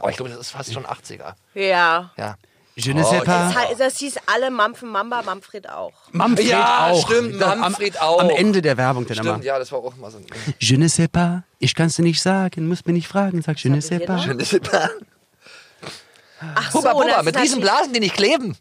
[SPEAKER 4] Aber ich glaube, das ist fast schon 80er.
[SPEAKER 5] Ja.
[SPEAKER 4] Ja.
[SPEAKER 2] Je ne
[SPEAKER 4] Oh,
[SPEAKER 2] sais pas.
[SPEAKER 5] Das, hei- das hieß alle Mampf Mamba, Manfred auch.
[SPEAKER 2] Manfred
[SPEAKER 4] Ja,
[SPEAKER 2] auch.
[SPEAKER 4] stimmt,
[SPEAKER 2] Am-
[SPEAKER 4] Manfred auch.
[SPEAKER 2] Am Ende der Werbung dann
[SPEAKER 4] Stimmt,
[SPEAKER 2] immer.
[SPEAKER 4] ja, das war auch mal so ein.
[SPEAKER 2] Je ne sais pas. Ich kann's dir nicht sagen, musst mir nicht fragen. Sag je ne
[SPEAKER 5] hab
[SPEAKER 2] sais
[SPEAKER 5] ich
[SPEAKER 2] pas.
[SPEAKER 5] hier Ach so,
[SPEAKER 4] Bubba,
[SPEAKER 5] das
[SPEAKER 4] Bubba,
[SPEAKER 5] ist
[SPEAKER 4] mit diesen
[SPEAKER 5] natürlich-
[SPEAKER 4] Blasen, die nicht kleben.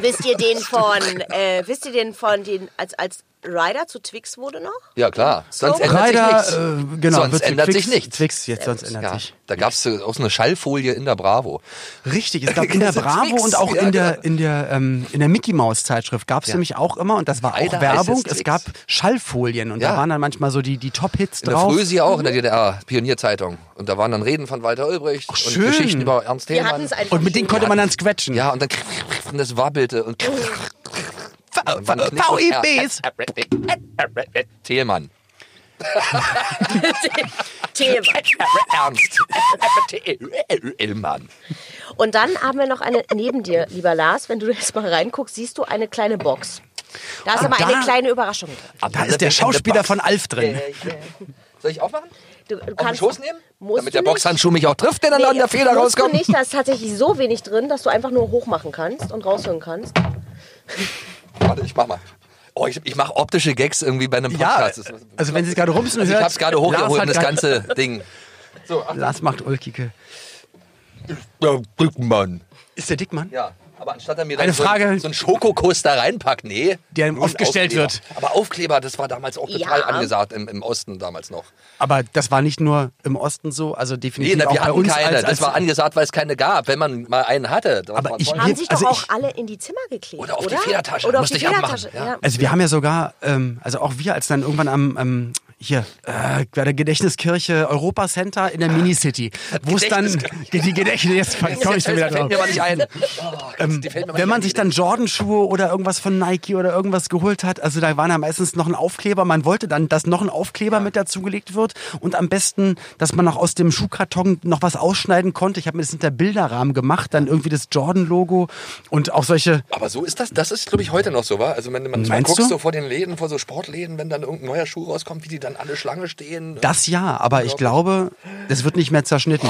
[SPEAKER 5] Wisst ihr den von, äh, wisst ihr den von den, als, als Ryder zu Twix wurde noch?
[SPEAKER 4] Ja, klar. Sonst
[SPEAKER 5] So.
[SPEAKER 4] ändert
[SPEAKER 2] Ryder,
[SPEAKER 4] sich nichts.
[SPEAKER 2] äh, genau.
[SPEAKER 4] Sonst
[SPEAKER 2] wird
[SPEAKER 4] ändert
[SPEAKER 2] Twix-
[SPEAKER 4] sich nichts.
[SPEAKER 2] Twix jetzt, sonst ändert
[SPEAKER 4] Ja,
[SPEAKER 2] sich.
[SPEAKER 4] da gab es auch so eine Schallfolie in der Bravo.
[SPEAKER 2] Richtig,
[SPEAKER 4] <laughs>
[SPEAKER 2] es gab in der Bravo
[SPEAKER 4] Twix,
[SPEAKER 2] und auch
[SPEAKER 4] ja,
[SPEAKER 2] in der,
[SPEAKER 4] genau.
[SPEAKER 2] in der, ähm, in der Mickey Maus Zeitschrift gab es nämlich auch immer, und das war auch
[SPEAKER 4] Alter,
[SPEAKER 2] Werbung,
[SPEAKER 4] heißes
[SPEAKER 2] es
[SPEAKER 4] Twix.
[SPEAKER 2] gab Schallfolien und da
[SPEAKER 4] Ja.
[SPEAKER 2] waren dann manchmal so die, die Top-Hits
[SPEAKER 4] In der
[SPEAKER 2] drauf. Mhm.
[SPEAKER 4] Frösi auch, in der DDR, Pionierzeitung. Und da waren dann Reden von Walter Ulbricht und
[SPEAKER 2] schön.
[SPEAKER 4] Geschichten über Ernst
[SPEAKER 5] Wir
[SPEAKER 4] Thälmann.
[SPEAKER 5] hatten es einfach.
[SPEAKER 2] Und mit denen
[SPEAKER 5] schon.
[SPEAKER 2] konnte man dann squetschen.
[SPEAKER 4] Ja, und dann <laughs> und das wabbelte und
[SPEAKER 5] Oh.
[SPEAKER 4] <laughs>
[SPEAKER 2] V-
[SPEAKER 4] wann knickt
[SPEAKER 2] V- VIBs.
[SPEAKER 4] das? Thälmann.
[SPEAKER 5] Thema.
[SPEAKER 4] Ernst. <laughs> Thälmann.
[SPEAKER 5] Und dann haben wir noch eine neben dir, lieber Lars. Wenn du jetzt mal reinguckst, siehst du eine kleine Box. Da ist aber
[SPEAKER 2] da-
[SPEAKER 5] eine kleine Überraschung drin.
[SPEAKER 2] Da ist der Schauspieler von Alf drin.
[SPEAKER 4] Soll ich aufmachen?
[SPEAKER 5] Du, du
[SPEAKER 4] Auf den Schoß nehmen?
[SPEAKER 5] Musst
[SPEAKER 4] Damit
[SPEAKER 5] du
[SPEAKER 4] der
[SPEAKER 5] <laughs>
[SPEAKER 4] Boxhandschuh mich auch trifft, wenn dann
[SPEAKER 5] nicht.
[SPEAKER 4] an der Feder
[SPEAKER 5] musst du
[SPEAKER 4] rauskommt.
[SPEAKER 5] nicht, da ist tatsächlich so wenig drin, dass du einfach nur hochmachen kannst und rausholen kannst.
[SPEAKER 4] Warte, ich mach mal. Oh, ich, ich mache optische Gags irgendwie bei einem Podcast. Das ist-
[SPEAKER 2] also wenn Sie es gerade rumsen
[SPEAKER 4] Also ich
[SPEAKER 2] hört,
[SPEAKER 4] hab's gerade
[SPEAKER 2] Lars
[SPEAKER 4] hochgehoben,
[SPEAKER 2] hat
[SPEAKER 4] das
[SPEAKER 2] grad-
[SPEAKER 4] ganze
[SPEAKER 2] <laughs>
[SPEAKER 4] Ding.
[SPEAKER 2] Lars macht Ulkike.
[SPEAKER 4] Ja, Brückmann.
[SPEAKER 2] Ist der Dickmann?
[SPEAKER 4] Ja, aber anstatt er mir dann
[SPEAKER 2] Eine
[SPEAKER 4] so ein-
[SPEAKER 2] Frage-
[SPEAKER 4] so einen Schokokuss da reinpackt, nee.
[SPEAKER 2] Der ihm
[SPEAKER 4] nur ein
[SPEAKER 2] oft gestellt
[SPEAKER 4] Aufkleber.
[SPEAKER 2] wird.
[SPEAKER 4] Aber Aufkleber, das war damals auch total
[SPEAKER 5] Ja.
[SPEAKER 4] angesagt im, im Osten damals noch.
[SPEAKER 2] Aber das war nicht nur im Osten so, also
[SPEAKER 4] Nee,
[SPEAKER 2] definitiv
[SPEAKER 4] na,
[SPEAKER 2] auch
[SPEAKER 4] wir
[SPEAKER 2] bei
[SPEAKER 4] hatten
[SPEAKER 2] uns.
[SPEAKER 4] keine.
[SPEAKER 2] als, als
[SPEAKER 4] das war angesagt, weil es keine gab. Wenn man mal einen hatte, dann
[SPEAKER 2] Aber
[SPEAKER 4] war
[SPEAKER 2] ich-
[SPEAKER 4] toll.
[SPEAKER 5] Haben
[SPEAKER 2] Hier,
[SPEAKER 5] sich
[SPEAKER 2] also
[SPEAKER 5] doch auch
[SPEAKER 2] ich-
[SPEAKER 5] alle in die Zimmer geklebt.
[SPEAKER 4] Oder auf die
[SPEAKER 5] oder?
[SPEAKER 4] Federtasche.
[SPEAKER 5] Oder auf
[SPEAKER 4] Musste
[SPEAKER 5] die
[SPEAKER 4] ich anmachen,
[SPEAKER 5] Federtasche.
[SPEAKER 4] ja.
[SPEAKER 5] Ja.
[SPEAKER 2] also wir haben ja sogar, ähm, also auch wir, als dann irgendwann am ähm, hier äh, bei der Gedächtniskirche Europa Center in der Minicity, wo es dann
[SPEAKER 4] Ah. Gedächtniskirche.
[SPEAKER 2] <laughs> die Gedächtnis, jetzt
[SPEAKER 4] <laughs>
[SPEAKER 2] komm ich schon wieder
[SPEAKER 4] fällt
[SPEAKER 2] drauf.
[SPEAKER 4] mir aber nicht <laughs> ein. Also,
[SPEAKER 2] Ähm, wenn man sich dann Jordan-Schuhe oder irgendwas von Nike oder irgendwas geholt hat, also da waren ja meistens noch ein Aufkleber. Man wollte dann, dass noch ein Aufkleber mit dazugelegt wird und am besten, dass man noch aus dem Schuhkarton noch was ausschneiden konnte. Ich habe mir das hinter Bilderrahmen gemacht, dann irgendwie das Jordan-Logo und auch solche.
[SPEAKER 4] Aber so ist das. Das ist, glaube ich, heute noch so, wa? Also wenn man man
[SPEAKER 2] Meinst
[SPEAKER 4] guckst
[SPEAKER 2] du?
[SPEAKER 4] so vor den Läden, vor so Sportläden, wenn dann irgendein neuer Schuh rauskommt, wie die dann alle Schlange stehen.
[SPEAKER 2] Das ja, aber ich glaube, das wird nicht mehr zerschnitten.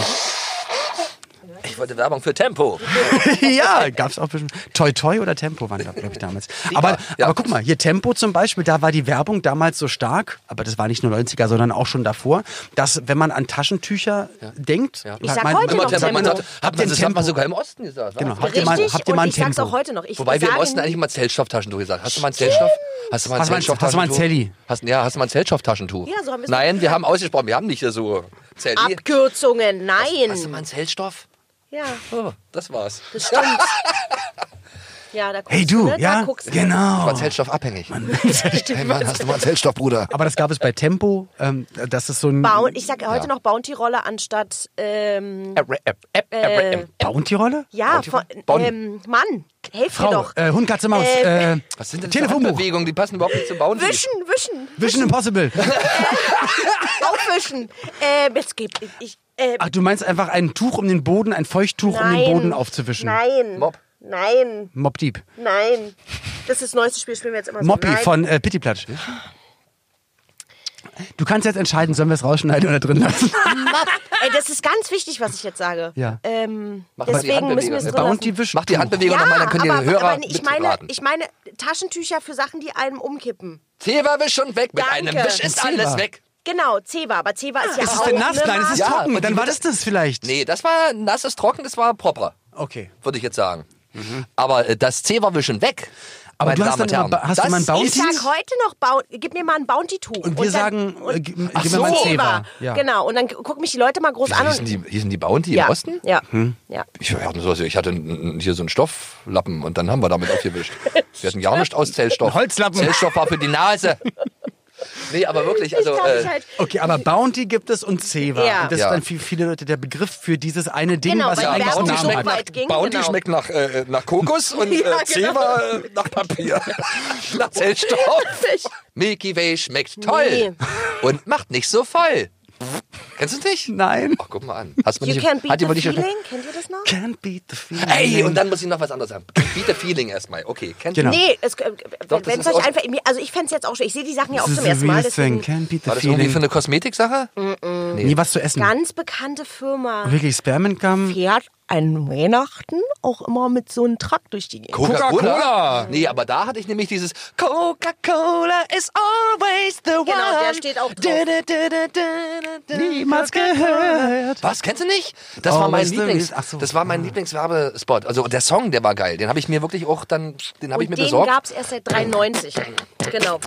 [SPEAKER 4] Ich wollte Werbung für Tempo. <laughs>
[SPEAKER 2] ja, gab's auch bestimmt. Toi Toi oder Tempo waren das, glaube ich, damals. Aber,
[SPEAKER 4] ja.
[SPEAKER 2] aber guck mal, hier Tempo zum Beispiel, da war die Werbung damals so stark, aber das war nicht nur 90er, sondern auch schon davor, dass wenn man an Taschentücher denkt,
[SPEAKER 5] Ich sag heute
[SPEAKER 4] Immer
[SPEAKER 5] noch
[SPEAKER 4] Tempo. Man hat,
[SPEAKER 5] Tempo.
[SPEAKER 2] den
[SPEAKER 4] hat man, das hat man
[SPEAKER 2] Tempo.
[SPEAKER 4] sogar im Osten gesagt. wa?
[SPEAKER 2] Genau. Habt ihr
[SPEAKER 5] Richtig,
[SPEAKER 2] mal- habt ihr mal
[SPEAKER 5] und
[SPEAKER 2] ein
[SPEAKER 5] ich sag's
[SPEAKER 2] Tempo?
[SPEAKER 5] auch heute noch. Ich
[SPEAKER 4] Wobei wir im
[SPEAKER 5] sage
[SPEAKER 4] Osten
[SPEAKER 5] nie-
[SPEAKER 4] eigentlich mal Zellstofftaschentuch gesagt. Hast du mal ein Zellstoff? Hast du mal ein
[SPEAKER 2] Hast du mal ein- hast du mal ein
[SPEAKER 4] Zellstofftaschentuch?
[SPEAKER 2] Zelli?
[SPEAKER 4] Hast, ja, hast du mal ein Zellstofftaschentuch?
[SPEAKER 5] Ja, so haben wir's
[SPEAKER 4] Nein,
[SPEAKER 5] doch
[SPEAKER 4] wir haben ausgesprochen, wir haben nicht so Zelli.
[SPEAKER 5] Abkürzungen,
[SPEAKER 4] Hast du mal
[SPEAKER 5] nein.
[SPEAKER 4] einen Zellstoff?
[SPEAKER 5] Ja,
[SPEAKER 4] Oh, das war's.
[SPEAKER 5] das stimmt. ja, da guckst
[SPEAKER 2] Hey du,
[SPEAKER 5] ne?
[SPEAKER 2] ja,
[SPEAKER 5] da guckst du.
[SPEAKER 4] Ich
[SPEAKER 2] genau.
[SPEAKER 4] war zellstoffabhängig. Hey Mann, hast du mal einen Zellstoff, Bruder?
[SPEAKER 2] Aber das gab es bei Tempo, ähm, das ist so ein
[SPEAKER 5] Bou- ich sage heute noch Bounty-Rolle anstatt ähm, äh,
[SPEAKER 2] Bounty-Rolle?
[SPEAKER 5] ja, von,
[SPEAKER 4] Bon.
[SPEAKER 5] ähm, Mann, helft mir
[SPEAKER 2] Frau,
[SPEAKER 5] doch.
[SPEAKER 2] äh, Hund, Katze, Maus, äh,
[SPEAKER 5] Äh,
[SPEAKER 4] Was sind denn das für
[SPEAKER 2] Telefonbuch,
[SPEAKER 4] Bewegungen? Die passen überhaupt nicht zu bauen.
[SPEAKER 5] Wischen,
[SPEAKER 4] <laughs>
[SPEAKER 5] wischen,
[SPEAKER 2] Vision Impossible.
[SPEAKER 5] aufwischen. Äh, jetzt geht ich, ich äh,
[SPEAKER 2] Ach, du meinst einfach ein Tuch um den Boden, ein Feuchttuch, um
[SPEAKER 5] Nein.
[SPEAKER 2] den Boden aufzuwischen.
[SPEAKER 5] nein,
[SPEAKER 4] Mob.
[SPEAKER 5] nein,
[SPEAKER 2] Mob Dieb.
[SPEAKER 5] nein. Das ist das neueste Spiel, spielen wir jetzt immer so.
[SPEAKER 2] Moppi
[SPEAKER 5] Also Nein.
[SPEAKER 2] von äh, Pittiplatsch. Du kannst jetzt entscheiden, sollen wir es rausschneiden oder drin
[SPEAKER 5] <laughs>
[SPEAKER 2] lassen.
[SPEAKER 5] Ey, das ist ganz wichtig, was ich jetzt sage.
[SPEAKER 2] Ja.
[SPEAKER 5] Ähm,
[SPEAKER 4] mal die Äh,
[SPEAKER 5] deswegen müssen
[SPEAKER 4] Handbewegung.
[SPEAKER 5] wir es drin lassen.
[SPEAKER 2] Bounty Wisch.
[SPEAKER 4] Mach die Handbewegung
[SPEAKER 5] Ja,
[SPEAKER 4] nochmal, dann können die
[SPEAKER 5] aber,
[SPEAKER 4] Hörer
[SPEAKER 5] aber ich meine,
[SPEAKER 4] mitraten.
[SPEAKER 5] ich meine Taschentücher für Sachen, die einem umkippen.
[SPEAKER 4] Zeberwisch und weg. Mit
[SPEAKER 5] Danke.
[SPEAKER 4] einem Wisch ist alles
[SPEAKER 2] Zeber.
[SPEAKER 4] weg.
[SPEAKER 5] Genau, Zebra. Aber Zebra ist ja
[SPEAKER 2] Ist es
[SPEAKER 5] auch
[SPEAKER 2] denn nass?
[SPEAKER 5] eine
[SPEAKER 2] Nein, es ist
[SPEAKER 5] Marke.
[SPEAKER 4] Ja,
[SPEAKER 2] trocken.
[SPEAKER 4] und
[SPEAKER 2] Dann
[SPEAKER 4] die-
[SPEAKER 2] war das das vielleicht.
[SPEAKER 4] Nee, das war nasses Trocken, das war proper,
[SPEAKER 2] Okay.
[SPEAKER 4] würde ich jetzt sagen. Aber äh, das Zeberwischen weg.
[SPEAKER 2] Aber
[SPEAKER 4] meine
[SPEAKER 2] du hast
[SPEAKER 4] Damen
[SPEAKER 2] dann
[SPEAKER 4] und
[SPEAKER 2] immer
[SPEAKER 4] Herren,
[SPEAKER 2] Ba- hast du
[SPEAKER 4] das
[SPEAKER 2] mal ein Bounty?
[SPEAKER 5] Ich sag heute noch, Bau- gib mir mal ein Bounty-Tuch.
[SPEAKER 2] Und wir
[SPEAKER 5] dann-
[SPEAKER 2] sagen, äh,
[SPEAKER 5] und-
[SPEAKER 2] gib, gib
[SPEAKER 4] Ach
[SPEAKER 2] mir mal ein
[SPEAKER 4] so.
[SPEAKER 2] Zebra.
[SPEAKER 5] Zebra. Genau, und dann gucken mich die Leute mal groß
[SPEAKER 4] Wie
[SPEAKER 5] an.
[SPEAKER 4] hießen
[SPEAKER 5] Und,
[SPEAKER 4] die, hießen die Bounty
[SPEAKER 5] ja.
[SPEAKER 4] im Osten?
[SPEAKER 5] Ja.
[SPEAKER 2] Hm.
[SPEAKER 5] ja.
[SPEAKER 4] Ich, hatte sowas, ich hatte n- n- hier so einen Stofflappen und dann haben wir damit
[SPEAKER 2] <laughs>
[SPEAKER 4] aufgewischt. Wir hatten gar nicht aus Zellstoff.
[SPEAKER 6] Ein Holzlappen.
[SPEAKER 4] Zellstoff war für
[SPEAKER 2] <laughs>
[SPEAKER 4] die Nase. Nee, aber wirklich, also.
[SPEAKER 5] ich kann
[SPEAKER 4] Äh,
[SPEAKER 5] mich halt,
[SPEAKER 2] Okay, aber Bounty gibt es und Ceva.
[SPEAKER 5] Ja.
[SPEAKER 2] Und das
[SPEAKER 4] Ja.
[SPEAKER 2] ist dann für viele Leute der Begriff für dieses eine Ding,
[SPEAKER 5] Genau,
[SPEAKER 2] was
[SPEAKER 5] weil
[SPEAKER 2] einen
[SPEAKER 5] die Werbung
[SPEAKER 2] eigenen
[SPEAKER 5] so
[SPEAKER 2] Namen
[SPEAKER 5] weit
[SPEAKER 2] hat.
[SPEAKER 5] ging,
[SPEAKER 4] Bounty
[SPEAKER 5] genau.
[SPEAKER 4] schmeckt nach, äh, nach Kokos
[SPEAKER 5] <laughs>
[SPEAKER 4] und
[SPEAKER 5] Ja,
[SPEAKER 4] äh,
[SPEAKER 5] genau.
[SPEAKER 4] Zewa äh, nach Papier.
[SPEAKER 5] <laughs>
[SPEAKER 4] nach Zellstoff. Milky Way schmeckt toll.
[SPEAKER 5] Nee.
[SPEAKER 4] Und macht nicht so voll. Kennst du es nicht?
[SPEAKER 2] Nein.
[SPEAKER 4] Ach, guck mal an. Hast du
[SPEAKER 5] You
[SPEAKER 4] nicht,
[SPEAKER 5] can beat
[SPEAKER 4] hat
[SPEAKER 5] the
[SPEAKER 4] jemand nicht-
[SPEAKER 5] feeling, kennt ihr das noch?
[SPEAKER 2] Can't beat the feeling.
[SPEAKER 4] Ey, und dann muss ich noch was anderes sagen. Beat the Feeling erstmal. Okay, kennt
[SPEAKER 2] Genau.
[SPEAKER 5] Nee, es, äh,
[SPEAKER 4] Doch, das
[SPEAKER 5] wenn es
[SPEAKER 4] ist
[SPEAKER 5] euch
[SPEAKER 4] auch-
[SPEAKER 5] einfach, also ich fände es jetzt auch schön, ich sehe die Sachen ja auch
[SPEAKER 2] This
[SPEAKER 5] zum
[SPEAKER 2] is a
[SPEAKER 5] ersten Mal,
[SPEAKER 2] real thing.
[SPEAKER 5] deswegen
[SPEAKER 2] Can't beat the
[SPEAKER 4] War das irgendwie für
[SPEAKER 2] feeling.
[SPEAKER 4] eine Kosmetiksache?
[SPEAKER 5] Mhm.
[SPEAKER 2] Nie was zu essen.
[SPEAKER 5] ganz bekannte Firma
[SPEAKER 2] Wirklich, Spearmint kam.
[SPEAKER 5] fährt an Weihnachten auch immer mit so einem Truck durch die Gegend.
[SPEAKER 6] Coca-Cola.
[SPEAKER 4] Nee, aber da hatte ich nämlich dieses Coca-Cola is always the one.
[SPEAKER 5] Genau, der steht auch
[SPEAKER 4] Da,
[SPEAKER 5] drauf.
[SPEAKER 4] da, da, da, da, da, da.
[SPEAKER 2] Niemals gehört.
[SPEAKER 4] Was, kennst du nicht? Das war mein
[SPEAKER 2] Always the
[SPEAKER 4] Lieblings
[SPEAKER 2] real- Oh, Ach so.
[SPEAKER 4] Das war mein Lieblingswerbespot. Also der Song, der war geil. Den habe ich mir wirklich auch dann den habe ich mir
[SPEAKER 5] Und den
[SPEAKER 4] besorgt.
[SPEAKER 5] gab es erst seit 93. Genau.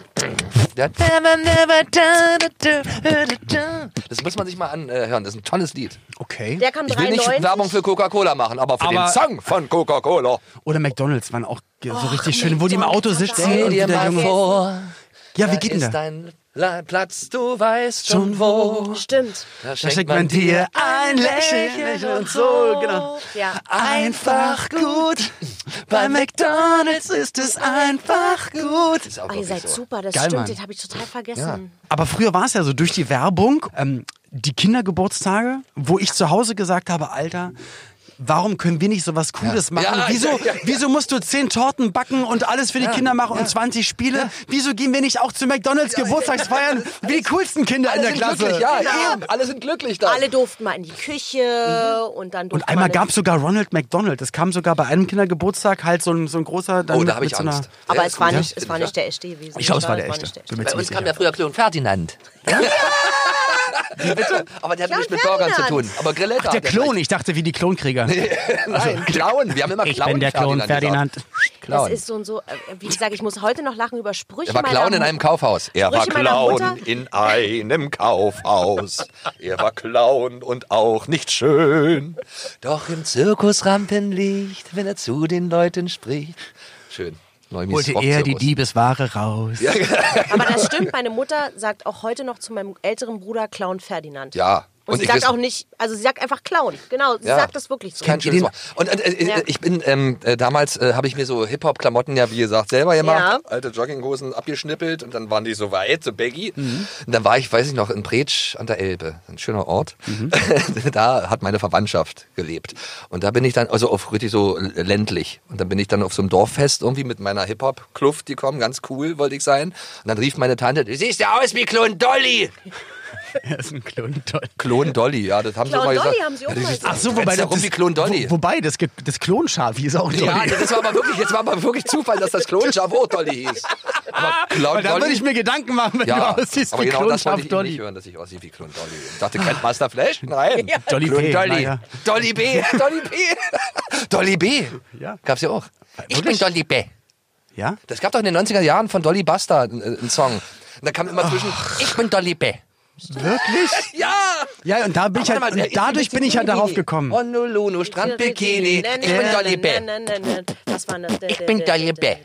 [SPEAKER 4] Der hat- Never, never, da, da, da, da, da. Das muss man sich mal anhören. Das ist ein tolles Lied.
[SPEAKER 2] Okay.
[SPEAKER 5] Der kam
[SPEAKER 4] Ich will nicht
[SPEAKER 5] 93.
[SPEAKER 4] Werbung für Coca-Cola machen, aber für den
[SPEAKER 6] Aber-
[SPEAKER 4] Song von Coca-Cola.
[SPEAKER 2] Oder McDonalds waren auch ge- so richtig schön, wo die im
[SPEAKER 5] McDonald's
[SPEAKER 2] Auto
[SPEAKER 5] hat
[SPEAKER 2] sitzen
[SPEAKER 5] er auch
[SPEAKER 2] und
[SPEAKER 5] Stell dir
[SPEAKER 2] der
[SPEAKER 5] mal
[SPEAKER 2] Junge.
[SPEAKER 5] vor,
[SPEAKER 2] Ja, wie geht denn
[SPEAKER 4] ist
[SPEAKER 2] da?
[SPEAKER 4] dein Le- Platz, du weißt schon
[SPEAKER 2] Schon
[SPEAKER 4] wo.
[SPEAKER 5] Stimmt.
[SPEAKER 4] Da
[SPEAKER 2] Da schenkt man dir ein Lächeln und so, genau.
[SPEAKER 5] Ja.
[SPEAKER 2] Einfach gut. Bei McDonalds ist es einfach gut.
[SPEAKER 4] Ist auch
[SPEAKER 5] Oh, ihr
[SPEAKER 4] wirklich
[SPEAKER 5] seid
[SPEAKER 4] so.
[SPEAKER 5] super, das
[SPEAKER 2] Geil,
[SPEAKER 5] stimmt,
[SPEAKER 2] Mann.
[SPEAKER 5] den habe ich total vergessen.
[SPEAKER 2] Aber früher war es ja so, durch die Werbung, ähm, die Kindergeburtstage, wo ich zu Hause gesagt habe, Alter, warum können wir nicht sowas Cooles machen?
[SPEAKER 4] Ja,
[SPEAKER 2] wieso,
[SPEAKER 4] ja, ja, ja.
[SPEAKER 2] wieso musst du zehn Torten backen und alles für die Kinder machen und 20 Spiele? Wieso gehen wir nicht auch zu McDonalds
[SPEAKER 4] <laughs>
[SPEAKER 2] Geburtstagsfeiern wie die coolsten Kinder in
[SPEAKER 4] Alle
[SPEAKER 2] der
[SPEAKER 4] sind
[SPEAKER 2] Klasse?
[SPEAKER 4] glücklich, ja, eben. Alle sind glücklich da. Oh,
[SPEAKER 5] Alle durften mal in die Küche
[SPEAKER 4] Mhm.
[SPEAKER 5] und dann durften
[SPEAKER 2] Und einmal
[SPEAKER 5] man
[SPEAKER 2] gab es sogar Ronald McDonald. Es kam sogar bei einem Kindergeburtstag halt so ein, so ein großer... Dann
[SPEAKER 4] Oh,
[SPEAKER 2] mit-
[SPEAKER 4] da habe
[SPEAKER 2] mit
[SPEAKER 4] ich
[SPEAKER 2] so einer-
[SPEAKER 4] Angst.
[SPEAKER 5] Aber
[SPEAKER 4] Der
[SPEAKER 5] es
[SPEAKER 4] ist
[SPEAKER 5] war,
[SPEAKER 4] gut.
[SPEAKER 5] nicht, es war nicht der echte gewesen.
[SPEAKER 2] Ich glaube, es
[SPEAKER 5] oder?
[SPEAKER 2] war der echte. Bin mir
[SPEAKER 4] Bei uns
[SPEAKER 2] ziemlich
[SPEAKER 4] kam
[SPEAKER 2] sicher.
[SPEAKER 4] ja früher Klon Ferdinand. <laughs> Wie bitte? Aber der hat
[SPEAKER 5] Klon
[SPEAKER 4] nichts mit Burgern zu
[SPEAKER 5] Ferdinand.
[SPEAKER 4] tun. Aber Grilletta.
[SPEAKER 2] Ach, der
[SPEAKER 4] hat ja
[SPEAKER 2] Klon.
[SPEAKER 4] vielleicht-
[SPEAKER 2] Ich dachte, wie die
[SPEAKER 4] <laughs>
[SPEAKER 2] Klonkrieger.
[SPEAKER 4] Nein, Clown. Wir haben immer
[SPEAKER 6] Ich
[SPEAKER 4] Clown
[SPEAKER 6] bin der Klon
[SPEAKER 4] gesagt.
[SPEAKER 6] Ferdinand.
[SPEAKER 5] Das
[SPEAKER 4] Clown.
[SPEAKER 5] ist so und so. äh, Wie gesagt, ich muss heute noch lachen über Sprüche.
[SPEAKER 4] Er war
[SPEAKER 5] meiner
[SPEAKER 4] Clown in
[SPEAKER 5] Mu-
[SPEAKER 4] einem Kaufhaus. Er war
[SPEAKER 5] Sprüche meiner
[SPEAKER 4] Clown
[SPEAKER 5] Mutter.
[SPEAKER 4] in einem Kaufhaus. Er war Clown und auch nicht schön. Doch im Zirkus Rampenlicht, wenn er zu den Leuten spricht. Schön. Neumies
[SPEAKER 2] Holte er die
[SPEAKER 4] Rockzirkus.
[SPEAKER 2] Diebesware raus. <laughs>
[SPEAKER 5] Aber
[SPEAKER 4] Genau.
[SPEAKER 5] das stimmt, meine Mutter sagt auch heute noch zu meinem älteren Bruder Clown Ferdinand.
[SPEAKER 4] Ja.
[SPEAKER 5] Und,
[SPEAKER 4] Und
[SPEAKER 5] sie
[SPEAKER 4] ich
[SPEAKER 5] sagt
[SPEAKER 4] wiss-
[SPEAKER 5] auch nicht, also sie sagt einfach Clown. Genau, sie
[SPEAKER 4] Ja.
[SPEAKER 5] sagt das wirklich so.
[SPEAKER 4] Kein schönes Wort. Und äh, äh,
[SPEAKER 5] Ja.
[SPEAKER 4] ich bin ähm, äh, damals äh, habe ich mir so Hip Hop Klamotten ja wie gesagt selber gemacht,
[SPEAKER 5] Ja.
[SPEAKER 4] alte Jogginghosen abgeschnippelt und dann waren die so weit, so baggy. Und dann war ich, weiß ich noch, in Bretsch an der Elbe, ein schöner Ort. <laughs> da hat meine Verwandtschaft gelebt und da bin ich dann also auf richtig so ländlich und dann bin ich dann auf so einem Dorffest irgendwie mit meiner Hip Hop Kluft gekommen, ganz cool wollte ich sein. Und dann rief meine Tante, du siehst ja aus wie Klon Dolly.
[SPEAKER 2] Er ist ein Klon. Toll.
[SPEAKER 4] Klon Dolly, ja, das haben
[SPEAKER 5] Clown
[SPEAKER 4] sie mal
[SPEAKER 5] Dolly
[SPEAKER 4] gesagt.
[SPEAKER 5] haben sie auch
[SPEAKER 4] Ja, das
[SPEAKER 5] mal
[SPEAKER 4] ist-
[SPEAKER 5] gesagt.
[SPEAKER 2] Ach so,
[SPEAKER 4] Rennst
[SPEAKER 2] wobei
[SPEAKER 4] da
[SPEAKER 2] das,
[SPEAKER 4] rum wie Klon Dolly.
[SPEAKER 2] Wo, wobei das, Ge- das Klonschaf hieß auch Dolly.
[SPEAKER 4] Ja, das war aber wirklich, jetzt war aber wirklich Zufall, dass das Klonschaf auch Dolly hieß. Aber
[SPEAKER 2] <laughs>
[SPEAKER 4] Klon
[SPEAKER 2] Weil da würde
[SPEAKER 4] Dolly.
[SPEAKER 2] ich mir Gedanken machen, wenn
[SPEAKER 4] ja,
[SPEAKER 2] du aussiehst
[SPEAKER 4] aber
[SPEAKER 2] wie
[SPEAKER 4] genau das wollte
[SPEAKER 2] Klonschaf
[SPEAKER 4] ich Dolly. nicht
[SPEAKER 2] Dolly.
[SPEAKER 4] hören, dass ich aussehe wie Klon Dolly. Ich dachte, kennt
[SPEAKER 2] <laughs>
[SPEAKER 4] Master Flash? Nein.
[SPEAKER 2] Dolly
[SPEAKER 4] Klon
[SPEAKER 2] B,
[SPEAKER 4] Dolly.
[SPEAKER 2] naja.
[SPEAKER 4] Dolly B. Dolly B.
[SPEAKER 2] <laughs>
[SPEAKER 4] Dolly B.
[SPEAKER 2] Ja.
[SPEAKER 4] Gab's ja auch. Ich bin
[SPEAKER 2] Wirklich?
[SPEAKER 4] Dolly B.
[SPEAKER 2] Ja?
[SPEAKER 4] Das gab doch in den 90er Jahren von Dolly Buster einen, äh, einen Song. Und da kam immer zwischen, ich bin Dolly B.
[SPEAKER 2] Wirklich?
[SPEAKER 4] <laughs> Ja!
[SPEAKER 2] Ja, und da bin ich halt,
[SPEAKER 4] Warte mal,
[SPEAKER 2] und dadurch bin ich halt darauf gekommen.
[SPEAKER 4] Honolulu, Strand Bikini. Ich bin Dolly B.
[SPEAKER 5] Das war eine,
[SPEAKER 4] Ich bin Dolly B.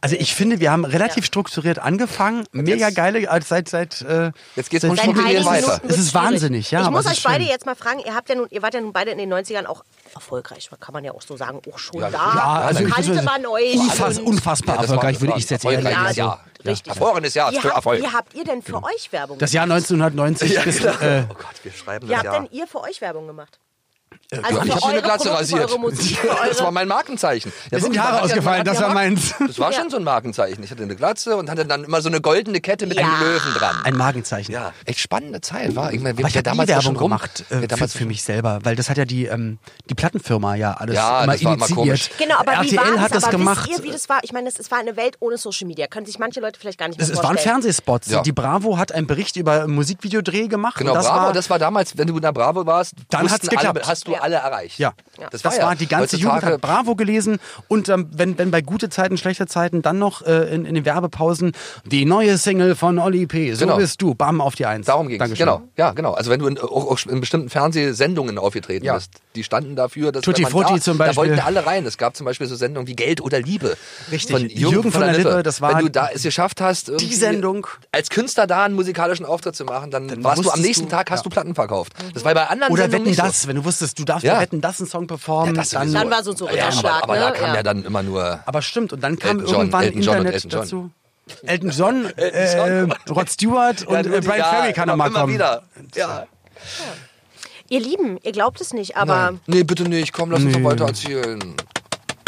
[SPEAKER 2] Also ich finde, wir haben relativ strukturiert angefangen. Mega geile, also seit, seit, äh,
[SPEAKER 4] Jetzt geht's
[SPEAKER 2] seit
[SPEAKER 4] um
[SPEAKER 2] vielen
[SPEAKER 4] Schmuck in die
[SPEAKER 2] Jahren-
[SPEAKER 5] einigen
[SPEAKER 4] weiter.
[SPEAKER 5] Minuten
[SPEAKER 2] Es
[SPEAKER 5] wird's
[SPEAKER 2] ist wahnsinnig,
[SPEAKER 5] schwierig.
[SPEAKER 2] ja.
[SPEAKER 5] Ich
[SPEAKER 2] aber
[SPEAKER 5] muss
[SPEAKER 2] es
[SPEAKER 5] euch
[SPEAKER 2] ist
[SPEAKER 5] beide
[SPEAKER 2] schön.
[SPEAKER 5] jetzt mal fragen, ihr, habt ja nun, ihr wart ja nun beide in den 90ern auch erfolgreich, kann man ja auch so sagen, auch schon da.
[SPEAKER 2] Ja, also ich
[SPEAKER 5] kannte
[SPEAKER 2] muss-
[SPEAKER 5] man euch.
[SPEAKER 2] Unfass,
[SPEAKER 5] und-
[SPEAKER 2] unfassbar
[SPEAKER 4] Ja, das war-
[SPEAKER 2] erfolgreich,
[SPEAKER 4] das
[SPEAKER 2] würde
[SPEAKER 4] war
[SPEAKER 2] ich es jetzt
[SPEAKER 4] ein
[SPEAKER 2] eher
[SPEAKER 4] erfolgreiches
[SPEAKER 2] sagen. Also,
[SPEAKER 4] Jahr.
[SPEAKER 2] Ja.
[SPEAKER 5] Richtig.
[SPEAKER 4] Hervorragendes Jahr
[SPEAKER 5] Wie
[SPEAKER 4] für
[SPEAKER 5] habt,
[SPEAKER 4] Erfolg.
[SPEAKER 5] wie habt ihr denn
[SPEAKER 4] Genau.
[SPEAKER 5] für euch
[SPEAKER 2] <laughs>
[SPEAKER 5] Werbung
[SPEAKER 2] Das Jahr 1990 bis, äh,
[SPEAKER 4] Oh Gott, wir schreiben
[SPEAKER 5] Wie
[SPEAKER 4] das
[SPEAKER 5] habt
[SPEAKER 4] Jahr.
[SPEAKER 5] denn ihr für euch Werbung gemacht? Also
[SPEAKER 4] Äh, ich
[SPEAKER 5] für
[SPEAKER 4] habe mir eine
[SPEAKER 5] eure
[SPEAKER 4] Glatze
[SPEAKER 5] Produkte, für
[SPEAKER 4] rasiert.
[SPEAKER 5] eure Musik, für
[SPEAKER 4] <laughs> Das war
[SPEAKER 5] eure
[SPEAKER 4] mein Markenzeichen. Ja,
[SPEAKER 6] Mir sind die
[SPEAKER 4] wirklich, man
[SPEAKER 6] Haare
[SPEAKER 4] hat ja- man
[SPEAKER 6] ausgefallen,
[SPEAKER 4] hat
[SPEAKER 6] das
[SPEAKER 4] ja
[SPEAKER 6] war
[SPEAKER 4] Marken-
[SPEAKER 6] meins.
[SPEAKER 2] <laughs>
[SPEAKER 4] Das war schon so ein Markenzeichen. Ich hatte eine Glatze und hatte dann immer so eine goldene Kette mit
[SPEAKER 5] Ja.
[SPEAKER 4] einem Löwen dran.
[SPEAKER 2] Ein Magenzeichen.
[SPEAKER 4] ja, echt spannende Zeit war. Ich meine,
[SPEAKER 2] Aber ich
[SPEAKER 4] wer
[SPEAKER 2] habe nie
[SPEAKER 4] damals
[SPEAKER 2] Werbung
[SPEAKER 4] schon rum,
[SPEAKER 2] gemacht
[SPEAKER 4] wer
[SPEAKER 2] äh, für,
[SPEAKER 4] damals
[SPEAKER 2] für mich selber, weil das hat ja die, ähm, die Plattenfirma ja alles
[SPEAKER 4] Ja,
[SPEAKER 2] immer
[SPEAKER 4] das war immer komisch.
[SPEAKER 2] initiiert.
[SPEAKER 5] Genau, aber
[SPEAKER 2] RTL
[SPEAKER 5] wie war
[SPEAKER 2] hat
[SPEAKER 5] das,
[SPEAKER 2] das
[SPEAKER 5] aber
[SPEAKER 2] gemacht.
[SPEAKER 5] Wisst ihr, wie das war? Ich meine, das- es war eine Welt ohne Social Media. Können sich manche Leute vielleicht gar nicht mehr
[SPEAKER 2] Es, es waren
[SPEAKER 5] vorstellen.
[SPEAKER 2] Fernsehspots.
[SPEAKER 4] Ja.
[SPEAKER 2] Die Bravo hat einen Bericht über Musikvideodreh gemacht.
[SPEAKER 4] Genau,
[SPEAKER 2] und das
[SPEAKER 4] Bravo,
[SPEAKER 2] war,
[SPEAKER 4] das war damals, wenn du in der Bravo warst,
[SPEAKER 2] Dann
[SPEAKER 4] wussten
[SPEAKER 2] hat's geklappt.
[SPEAKER 4] Alle, hast du
[SPEAKER 5] Ja.
[SPEAKER 4] alle erreicht.
[SPEAKER 2] ja.
[SPEAKER 4] Das
[SPEAKER 2] das,
[SPEAKER 4] war
[SPEAKER 2] war,
[SPEAKER 4] ja
[SPEAKER 2] die ganze Jugend
[SPEAKER 4] heutzutage-
[SPEAKER 2] hat Bravo gelesen und ähm, wenn, wenn bei gute Zeiten, schlechte Zeiten, dann noch äh, in, in den Werbepausen die neue Single von Oli P. So
[SPEAKER 4] Genau.
[SPEAKER 2] bist du, bam, auf die Eins.
[SPEAKER 4] Darum ging es.
[SPEAKER 2] Dankeschön.
[SPEAKER 4] Genau, ja, genau. Also wenn du in, auch, auch in bestimmten Fernsehsendungen aufgetreten
[SPEAKER 2] Ja.
[SPEAKER 4] bist, die standen dafür, dass
[SPEAKER 2] Tutti
[SPEAKER 4] wenn man
[SPEAKER 2] Frutti
[SPEAKER 4] da,
[SPEAKER 2] zum
[SPEAKER 4] da wollten
[SPEAKER 2] Beispiel.
[SPEAKER 4] alle rein. Es gab zum Beispiel so Sendungen wie Geld oder Liebe.
[SPEAKER 2] Richtig. Jürgen von der Lippe, das war-
[SPEAKER 4] Wenn du da es geschafft hast, irgendwie
[SPEAKER 2] Sendung.
[SPEAKER 4] als Künstler da einen musikalischen Auftritt zu machen, dann,
[SPEAKER 2] Dann
[SPEAKER 4] warst du am
[SPEAKER 2] wusstest
[SPEAKER 4] nächsten
[SPEAKER 2] du-
[SPEAKER 4] Tag, hast
[SPEAKER 2] ja.
[SPEAKER 4] du Platten verkauft.
[SPEAKER 5] Mhm.
[SPEAKER 4] Das war bei anderen
[SPEAKER 2] Oder
[SPEAKER 4] Sendungen
[SPEAKER 2] Wetten,
[SPEAKER 4] nicht
[SPEAKER 2] das,
[SPEAKER 4] so.
[SPEAKER 2] wenn du wusstest, du darfst
[SPEAKER 4] Ja.
[SPEAKER 2] bei Wetten, das einen Song performen,
[SPEAKER 4] das
[SPEAKER 2] dann...
[SPEAKER 4] sowieso.
[SPEAKER 5] Dann war so ein
[SPEAKER 4] ja, aber,
[SPEAKER 5] Ritterschlag,
[SPEAKER 4] aber da
[SPEAKER 5] ne?
[SPEAKER 4] kam ja.
[SPEAKER 5] Ja.
[SPEAKER 4] dann immer nur
[SPEAKER 2] Aber stimmt, und dann kam
[SPEAKER 4] Elton John,
[SPEAKER 2] irgendwann
[SPEAKER 4] Elton John und
[SPEAKER 2] Internet
[SPEAKER 4] Elton John.
[SPEAKER 2] dazu. Elton John,
[SPEAKER 4] <laughs> Elton
[SPEAKER 2] äh, Rod Stewart und
[SPEAKER 4] Ja,
[SPEAKER 2] äh, Brian Ferry kann
[SPEAKER 4] immer-
[SPEAKER 2] nochmal
[SPEAKER 4] immer
[SPEAKER 2] kommen.
[SPEAKER 4] Wieder. Ja.
[SPEAKER 5] Ihr Lieben, ihr glaubt es nicht, aber
[SPEAKER 4] Nee, bitte nicht, komm, lass uns doch weiter erzählen.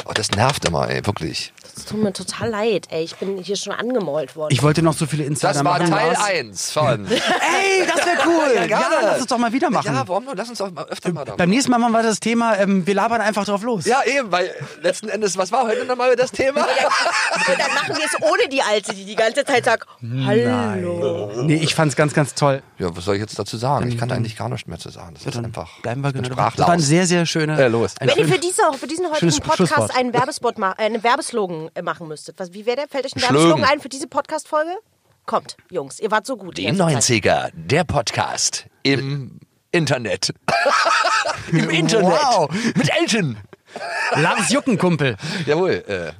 [SPEAKER 4] Oh, das nervt immer, ey, wirklich.
[SPEAKER 5] es tut mir total leid. Ey, ich bin hier schon angemalt worden.
[SPEAKER 2] Ich wollte noch so viele Insider
[SPEAKER 4] Das war
[SPEAKER 2] machen,
[SPEAKER 4] Teil
[SPEAKER 2] Lars. <laughs>
[SPEAKER 4] 1 von.
[SPEAKER 2] Ey, das
[SPEAKER 4] <laughs>
[SPEAKER 2] wäre cool. ja, lass uns doch mal wieder machen. Äh,
[SPEAKER 4] Ja, warum nur? Lass uns doch mal öfter mal
[SPEAKER 2] Beim
[SPEAKER 4] da.
[SPEAKER 2] nächsten Mal machen wir das Thema, ähm, wir labern einfach drauf los.
[SPEAKER 4] Ja, eben, weil letzten Endes, was war heute nochmal
[SPEAKER 2] <laughs>
[SPEAKER 4] das Thema?
[SPEAKER 5] Und dann machen wir es ohne die Alte, die die ganze Zeit sagt, hallo.
[SPEAKER 2] Nee, ich fand's ganz, ganz toll.
[SPEAKER 4] Ja, was soll ich jetzt dazu sagen? Ich kann da eigentlich gar nichts mehr zu sagen. Das ist einfach.
[SPEAKER 2] Bleiben wir
[SPEAKER 4] ich bin
[SPEAKER 2] genau dabei. Das war ein
[SPEAKER 4] sprachlos.
[SPEAKER 2] sehr, sehr schöner.
[SPEAKER 4] Ja, los.
[SPEAKER 2] Ein
[SPEAKER 5] Wenn ihr
[SPEAKER 2] schöner
[SPEAKER 5] für, diese, für diesen heutigen
[SPEAKER 2] schönes
[SPEAKER 5] Podcast
[SPEAKER 2] Schlusswort.
[SPEAKER 5] einen, Werbespot ma äh, einen Werbeslogan äh, machen müsstet, was, wie wäre der? Fällt euch ein
[SPEAKER 4] Slogan.
[SPEAKER 5] Werbeslogan ein für diese Podcast-Folge? Kommt, Jungs, ihr wart so gut.
[SPEAKER 4] Die
[SPEAKER 5] ganze Zeit.
[SPEAKER 4] 90er, der Podcast im
[SPEAKER 2] <laughs>
[SPEAKER 4] Internet. Im Internet.
[SPEAKER 2] Äh. Wow.
[SPEAKER 4] Mit Elton.
[SPEAKER 2] Lars Jucken, Kumpel.
[SPEAKER 4] Jawohl. Äh.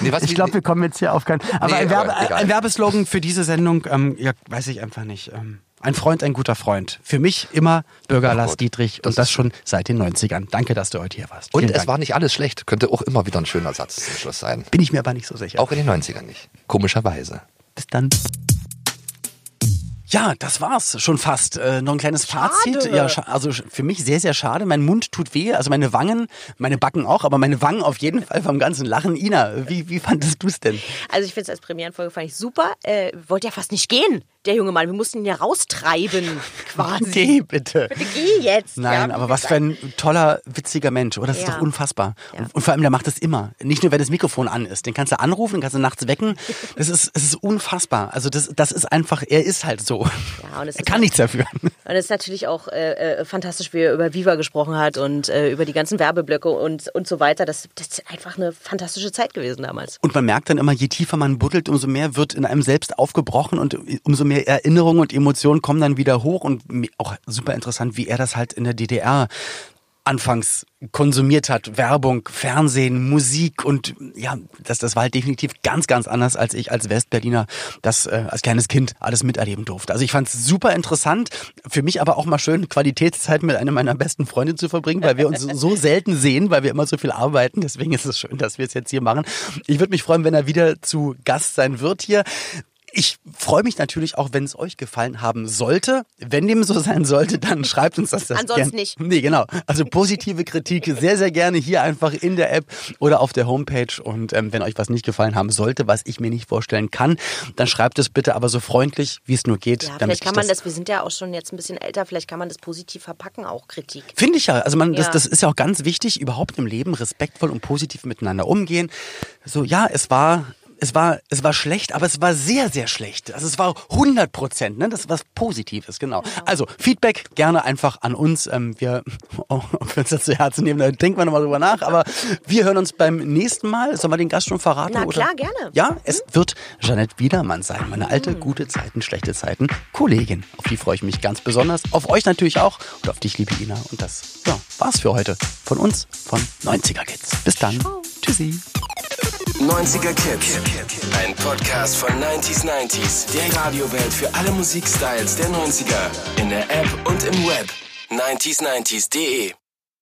[SPEAKER 4] Nee, was
[SPEAKER 2] Ich glaube, wir kommen jetzt hier auf keinen. Aber
[SPEAKER 4] Nee,
[SPEAKER 2] ein, Werbe,
[SPEAKER 4] aber egal.
[SPEAKER 2] ein Werbeslogan für diese Sendung, ähm, ja, weiß ich einfach nicht. Ähm, ein Freund, ein guter Freund. Für mich immer Bürger Lars
[SPEAKER 4] Gott,
[SPEAKER 2] Dietrich
[SPEAKER 4] das
[SPEAKER 2] und das
[SPEAKER 4] ist-
[SPEAKER 2] schon seit den 90ern. Danke, dass du heute hier warst.
[SPEAKER 4] Und
[SPEAKER 2] Vielen
[SPEAKER 4] es
[SPEAKER 2] Dank.
[SPEAKER 4] war nicht alles schlecht. Könnte auch immer wieder ein schöner Satz zum Schluss sein.
[SPEAKER 2] Bin ich mir aber nicht so sicher.
[SPEAKER 4] Auch in den 90ern nicht. Komischerweise.
[SPEAKER 2] Bis dann. Ja, das war's schon fast. Äh, noch ein kleines Fazit. Ja, scha- also sch- für mich sehr, sehr schade. Mein Mund tut weh, also meine Wangen, meine Backen auch, aber meine Wangen auf jeden Fall vom ganzen Lachen. Ina, wie, wie fandest du's denn?
[SPEAKER 5] Also ich finde es als Premierenfolge fand ich super. Äh, wollte ja fast nicht gehen, der junge Mann. Wir mussten ihn
[SPEAKER 2] <laughs>
[SPEAKER 5] ja raustreiben, quasi.
[SPEAKER 2] Geh bitte.
[SPEAKER 5] Bitte geh jetzt.
[SPEAKER 2] Nein,
[SPEAKER 5] ja.
[SPEAKER 2] aber was für ein toller, witziger Mensch. Oder das ist
[SPEAKER 5] Ja.
[SPEAKER 2] doch unfassbar.
[SPEAKER 5] Ja.
[SPEAKER 2] Und, und vor allem, der macht das immer. Nicht nur, wenn das Mikrofon an ist. Den kannst du anrufen, den kannst du nachts
[SPEAKER 5] <laughs>
[SPEAKER 2] wecken. Das ist, es ist unfassbar. Also das, das ist einfach, er ist halt so.
[SPEAKER 5] Ja, und es
[SPEAKER 2] er
[SPEAKER 5] ist
[SPEAKER 2] kann
[SPEAKER 5] halt-
[SPEAKER 2] nichts dafür.
[SPEAKER 5] Und es ist natürlich auch äh, äh, fantastisch, wie er über Viva gesprochen hat und äh, über die ganzen Werbeblöcke und, und so weiter. Das, das ist einfach eine fantastische Zeit gewesen damals.
[SPEAKER 2] Und man merkt dann immer, je tiefer man buddelt, umso mehr wird in einem selbst aufgebrochen und umso mehr Erinnerungen und Emotionen kommen dann wieder hoch. Und mi- auch super interessant, wie er das halt in der DDR anfangs konsumiert hat. Werbung, Fernsehen, Musik und ja, das, das war halt definitiv ganz, ganz anders, als ich als Westberliner das äh, als kleines Kind alles miterleben durfte. Also ich fand es super interessant, für mich aber auch mal schön, Qualitätszeit mit einer meiner besten Freunde zu verbringen, weil
[SPEAKER 5] <laughs>
[SPEAKER 2] wir uns so selten sehen, weil wir immer so viel arbeiten. Deswegen ist es schön, dass wir es jetzt hier machen. Ich würde mich freuen, wenn er wieder zu Gast sein wird hier. Ich freue mich natürlich auch, wenn es euch gefallen haben sollte. Wenn dem so sein sollte, dann schreibt uns das. das
[SPEAKER 5] Ansonsten
[SPEAKER 2] gern.
[SPEAKER 5] nicht.
[SPEAKER 2] <laughs> Nee, genau. Also positive Kritik sehr, sehr gerne hier einfach in der App oder auf der Homepage. Und ähm, wenn euch was nicht gefallen haben sollte, was ich mir nicht vorstellen kann, dann schreibt es bitte aber so freundlich, wie es nur geht.
[SPEAKER 5] Ja,
[SPEAKER 2] damit
[SPEAKER 5] vielleicht kann
[SPEAKER 2] ich
[SPEAKER 5] man das, wir sind ja auch schon jetzt ein bisschen älter, vielleicht kann man das positiv verpacken, auch Kritik.
[SPEAKER 2] Finde ich ja. Also man, das,
[SPEAKER 5] Ja.
[SPEAKER 2] das ist ja auch ganz wichtig, überhaupt im Leben respektvoll und positiv miteinander umgehen. So, ja, es war. Es war, es war schlecht, aber es war sehr, sehr schlecht. Also es war 100 Prozent, ne? Das ist was Positives, genau. Also Feedback gerne einfach an uns. Ähm, wir <laughs> oh, ob wir uns das zu Herzen nehmen, da denken wir nochmal drüber nach. Aber wir hören uns beim nächsten Mal. Sollen wir den Gast schon verraten?
[SPEAKER 5] Na
[SPEAKER 2] oder?
[SPEAKER 5] klar, gerne. Hm?
[SPEAKER 2] Ja, es wird Jeanette Wiedermann sein. Meine alte, gute Zeiten, schlechte Zeiten Kollegin. Auf die freue ich mich ganz besonders. Auf euch natürlich auch und auf dich, liebe Ina. Und das ja, war's für heute. Von uns, von 90er Kids. Bis dann. Tschüssi.
[SPEAKER 1] 90er Kids. Ein Podcast von 90s 90s. Der Radiowelt für alle Musikstyles der 90er. In der App und im Web. 90s90s.de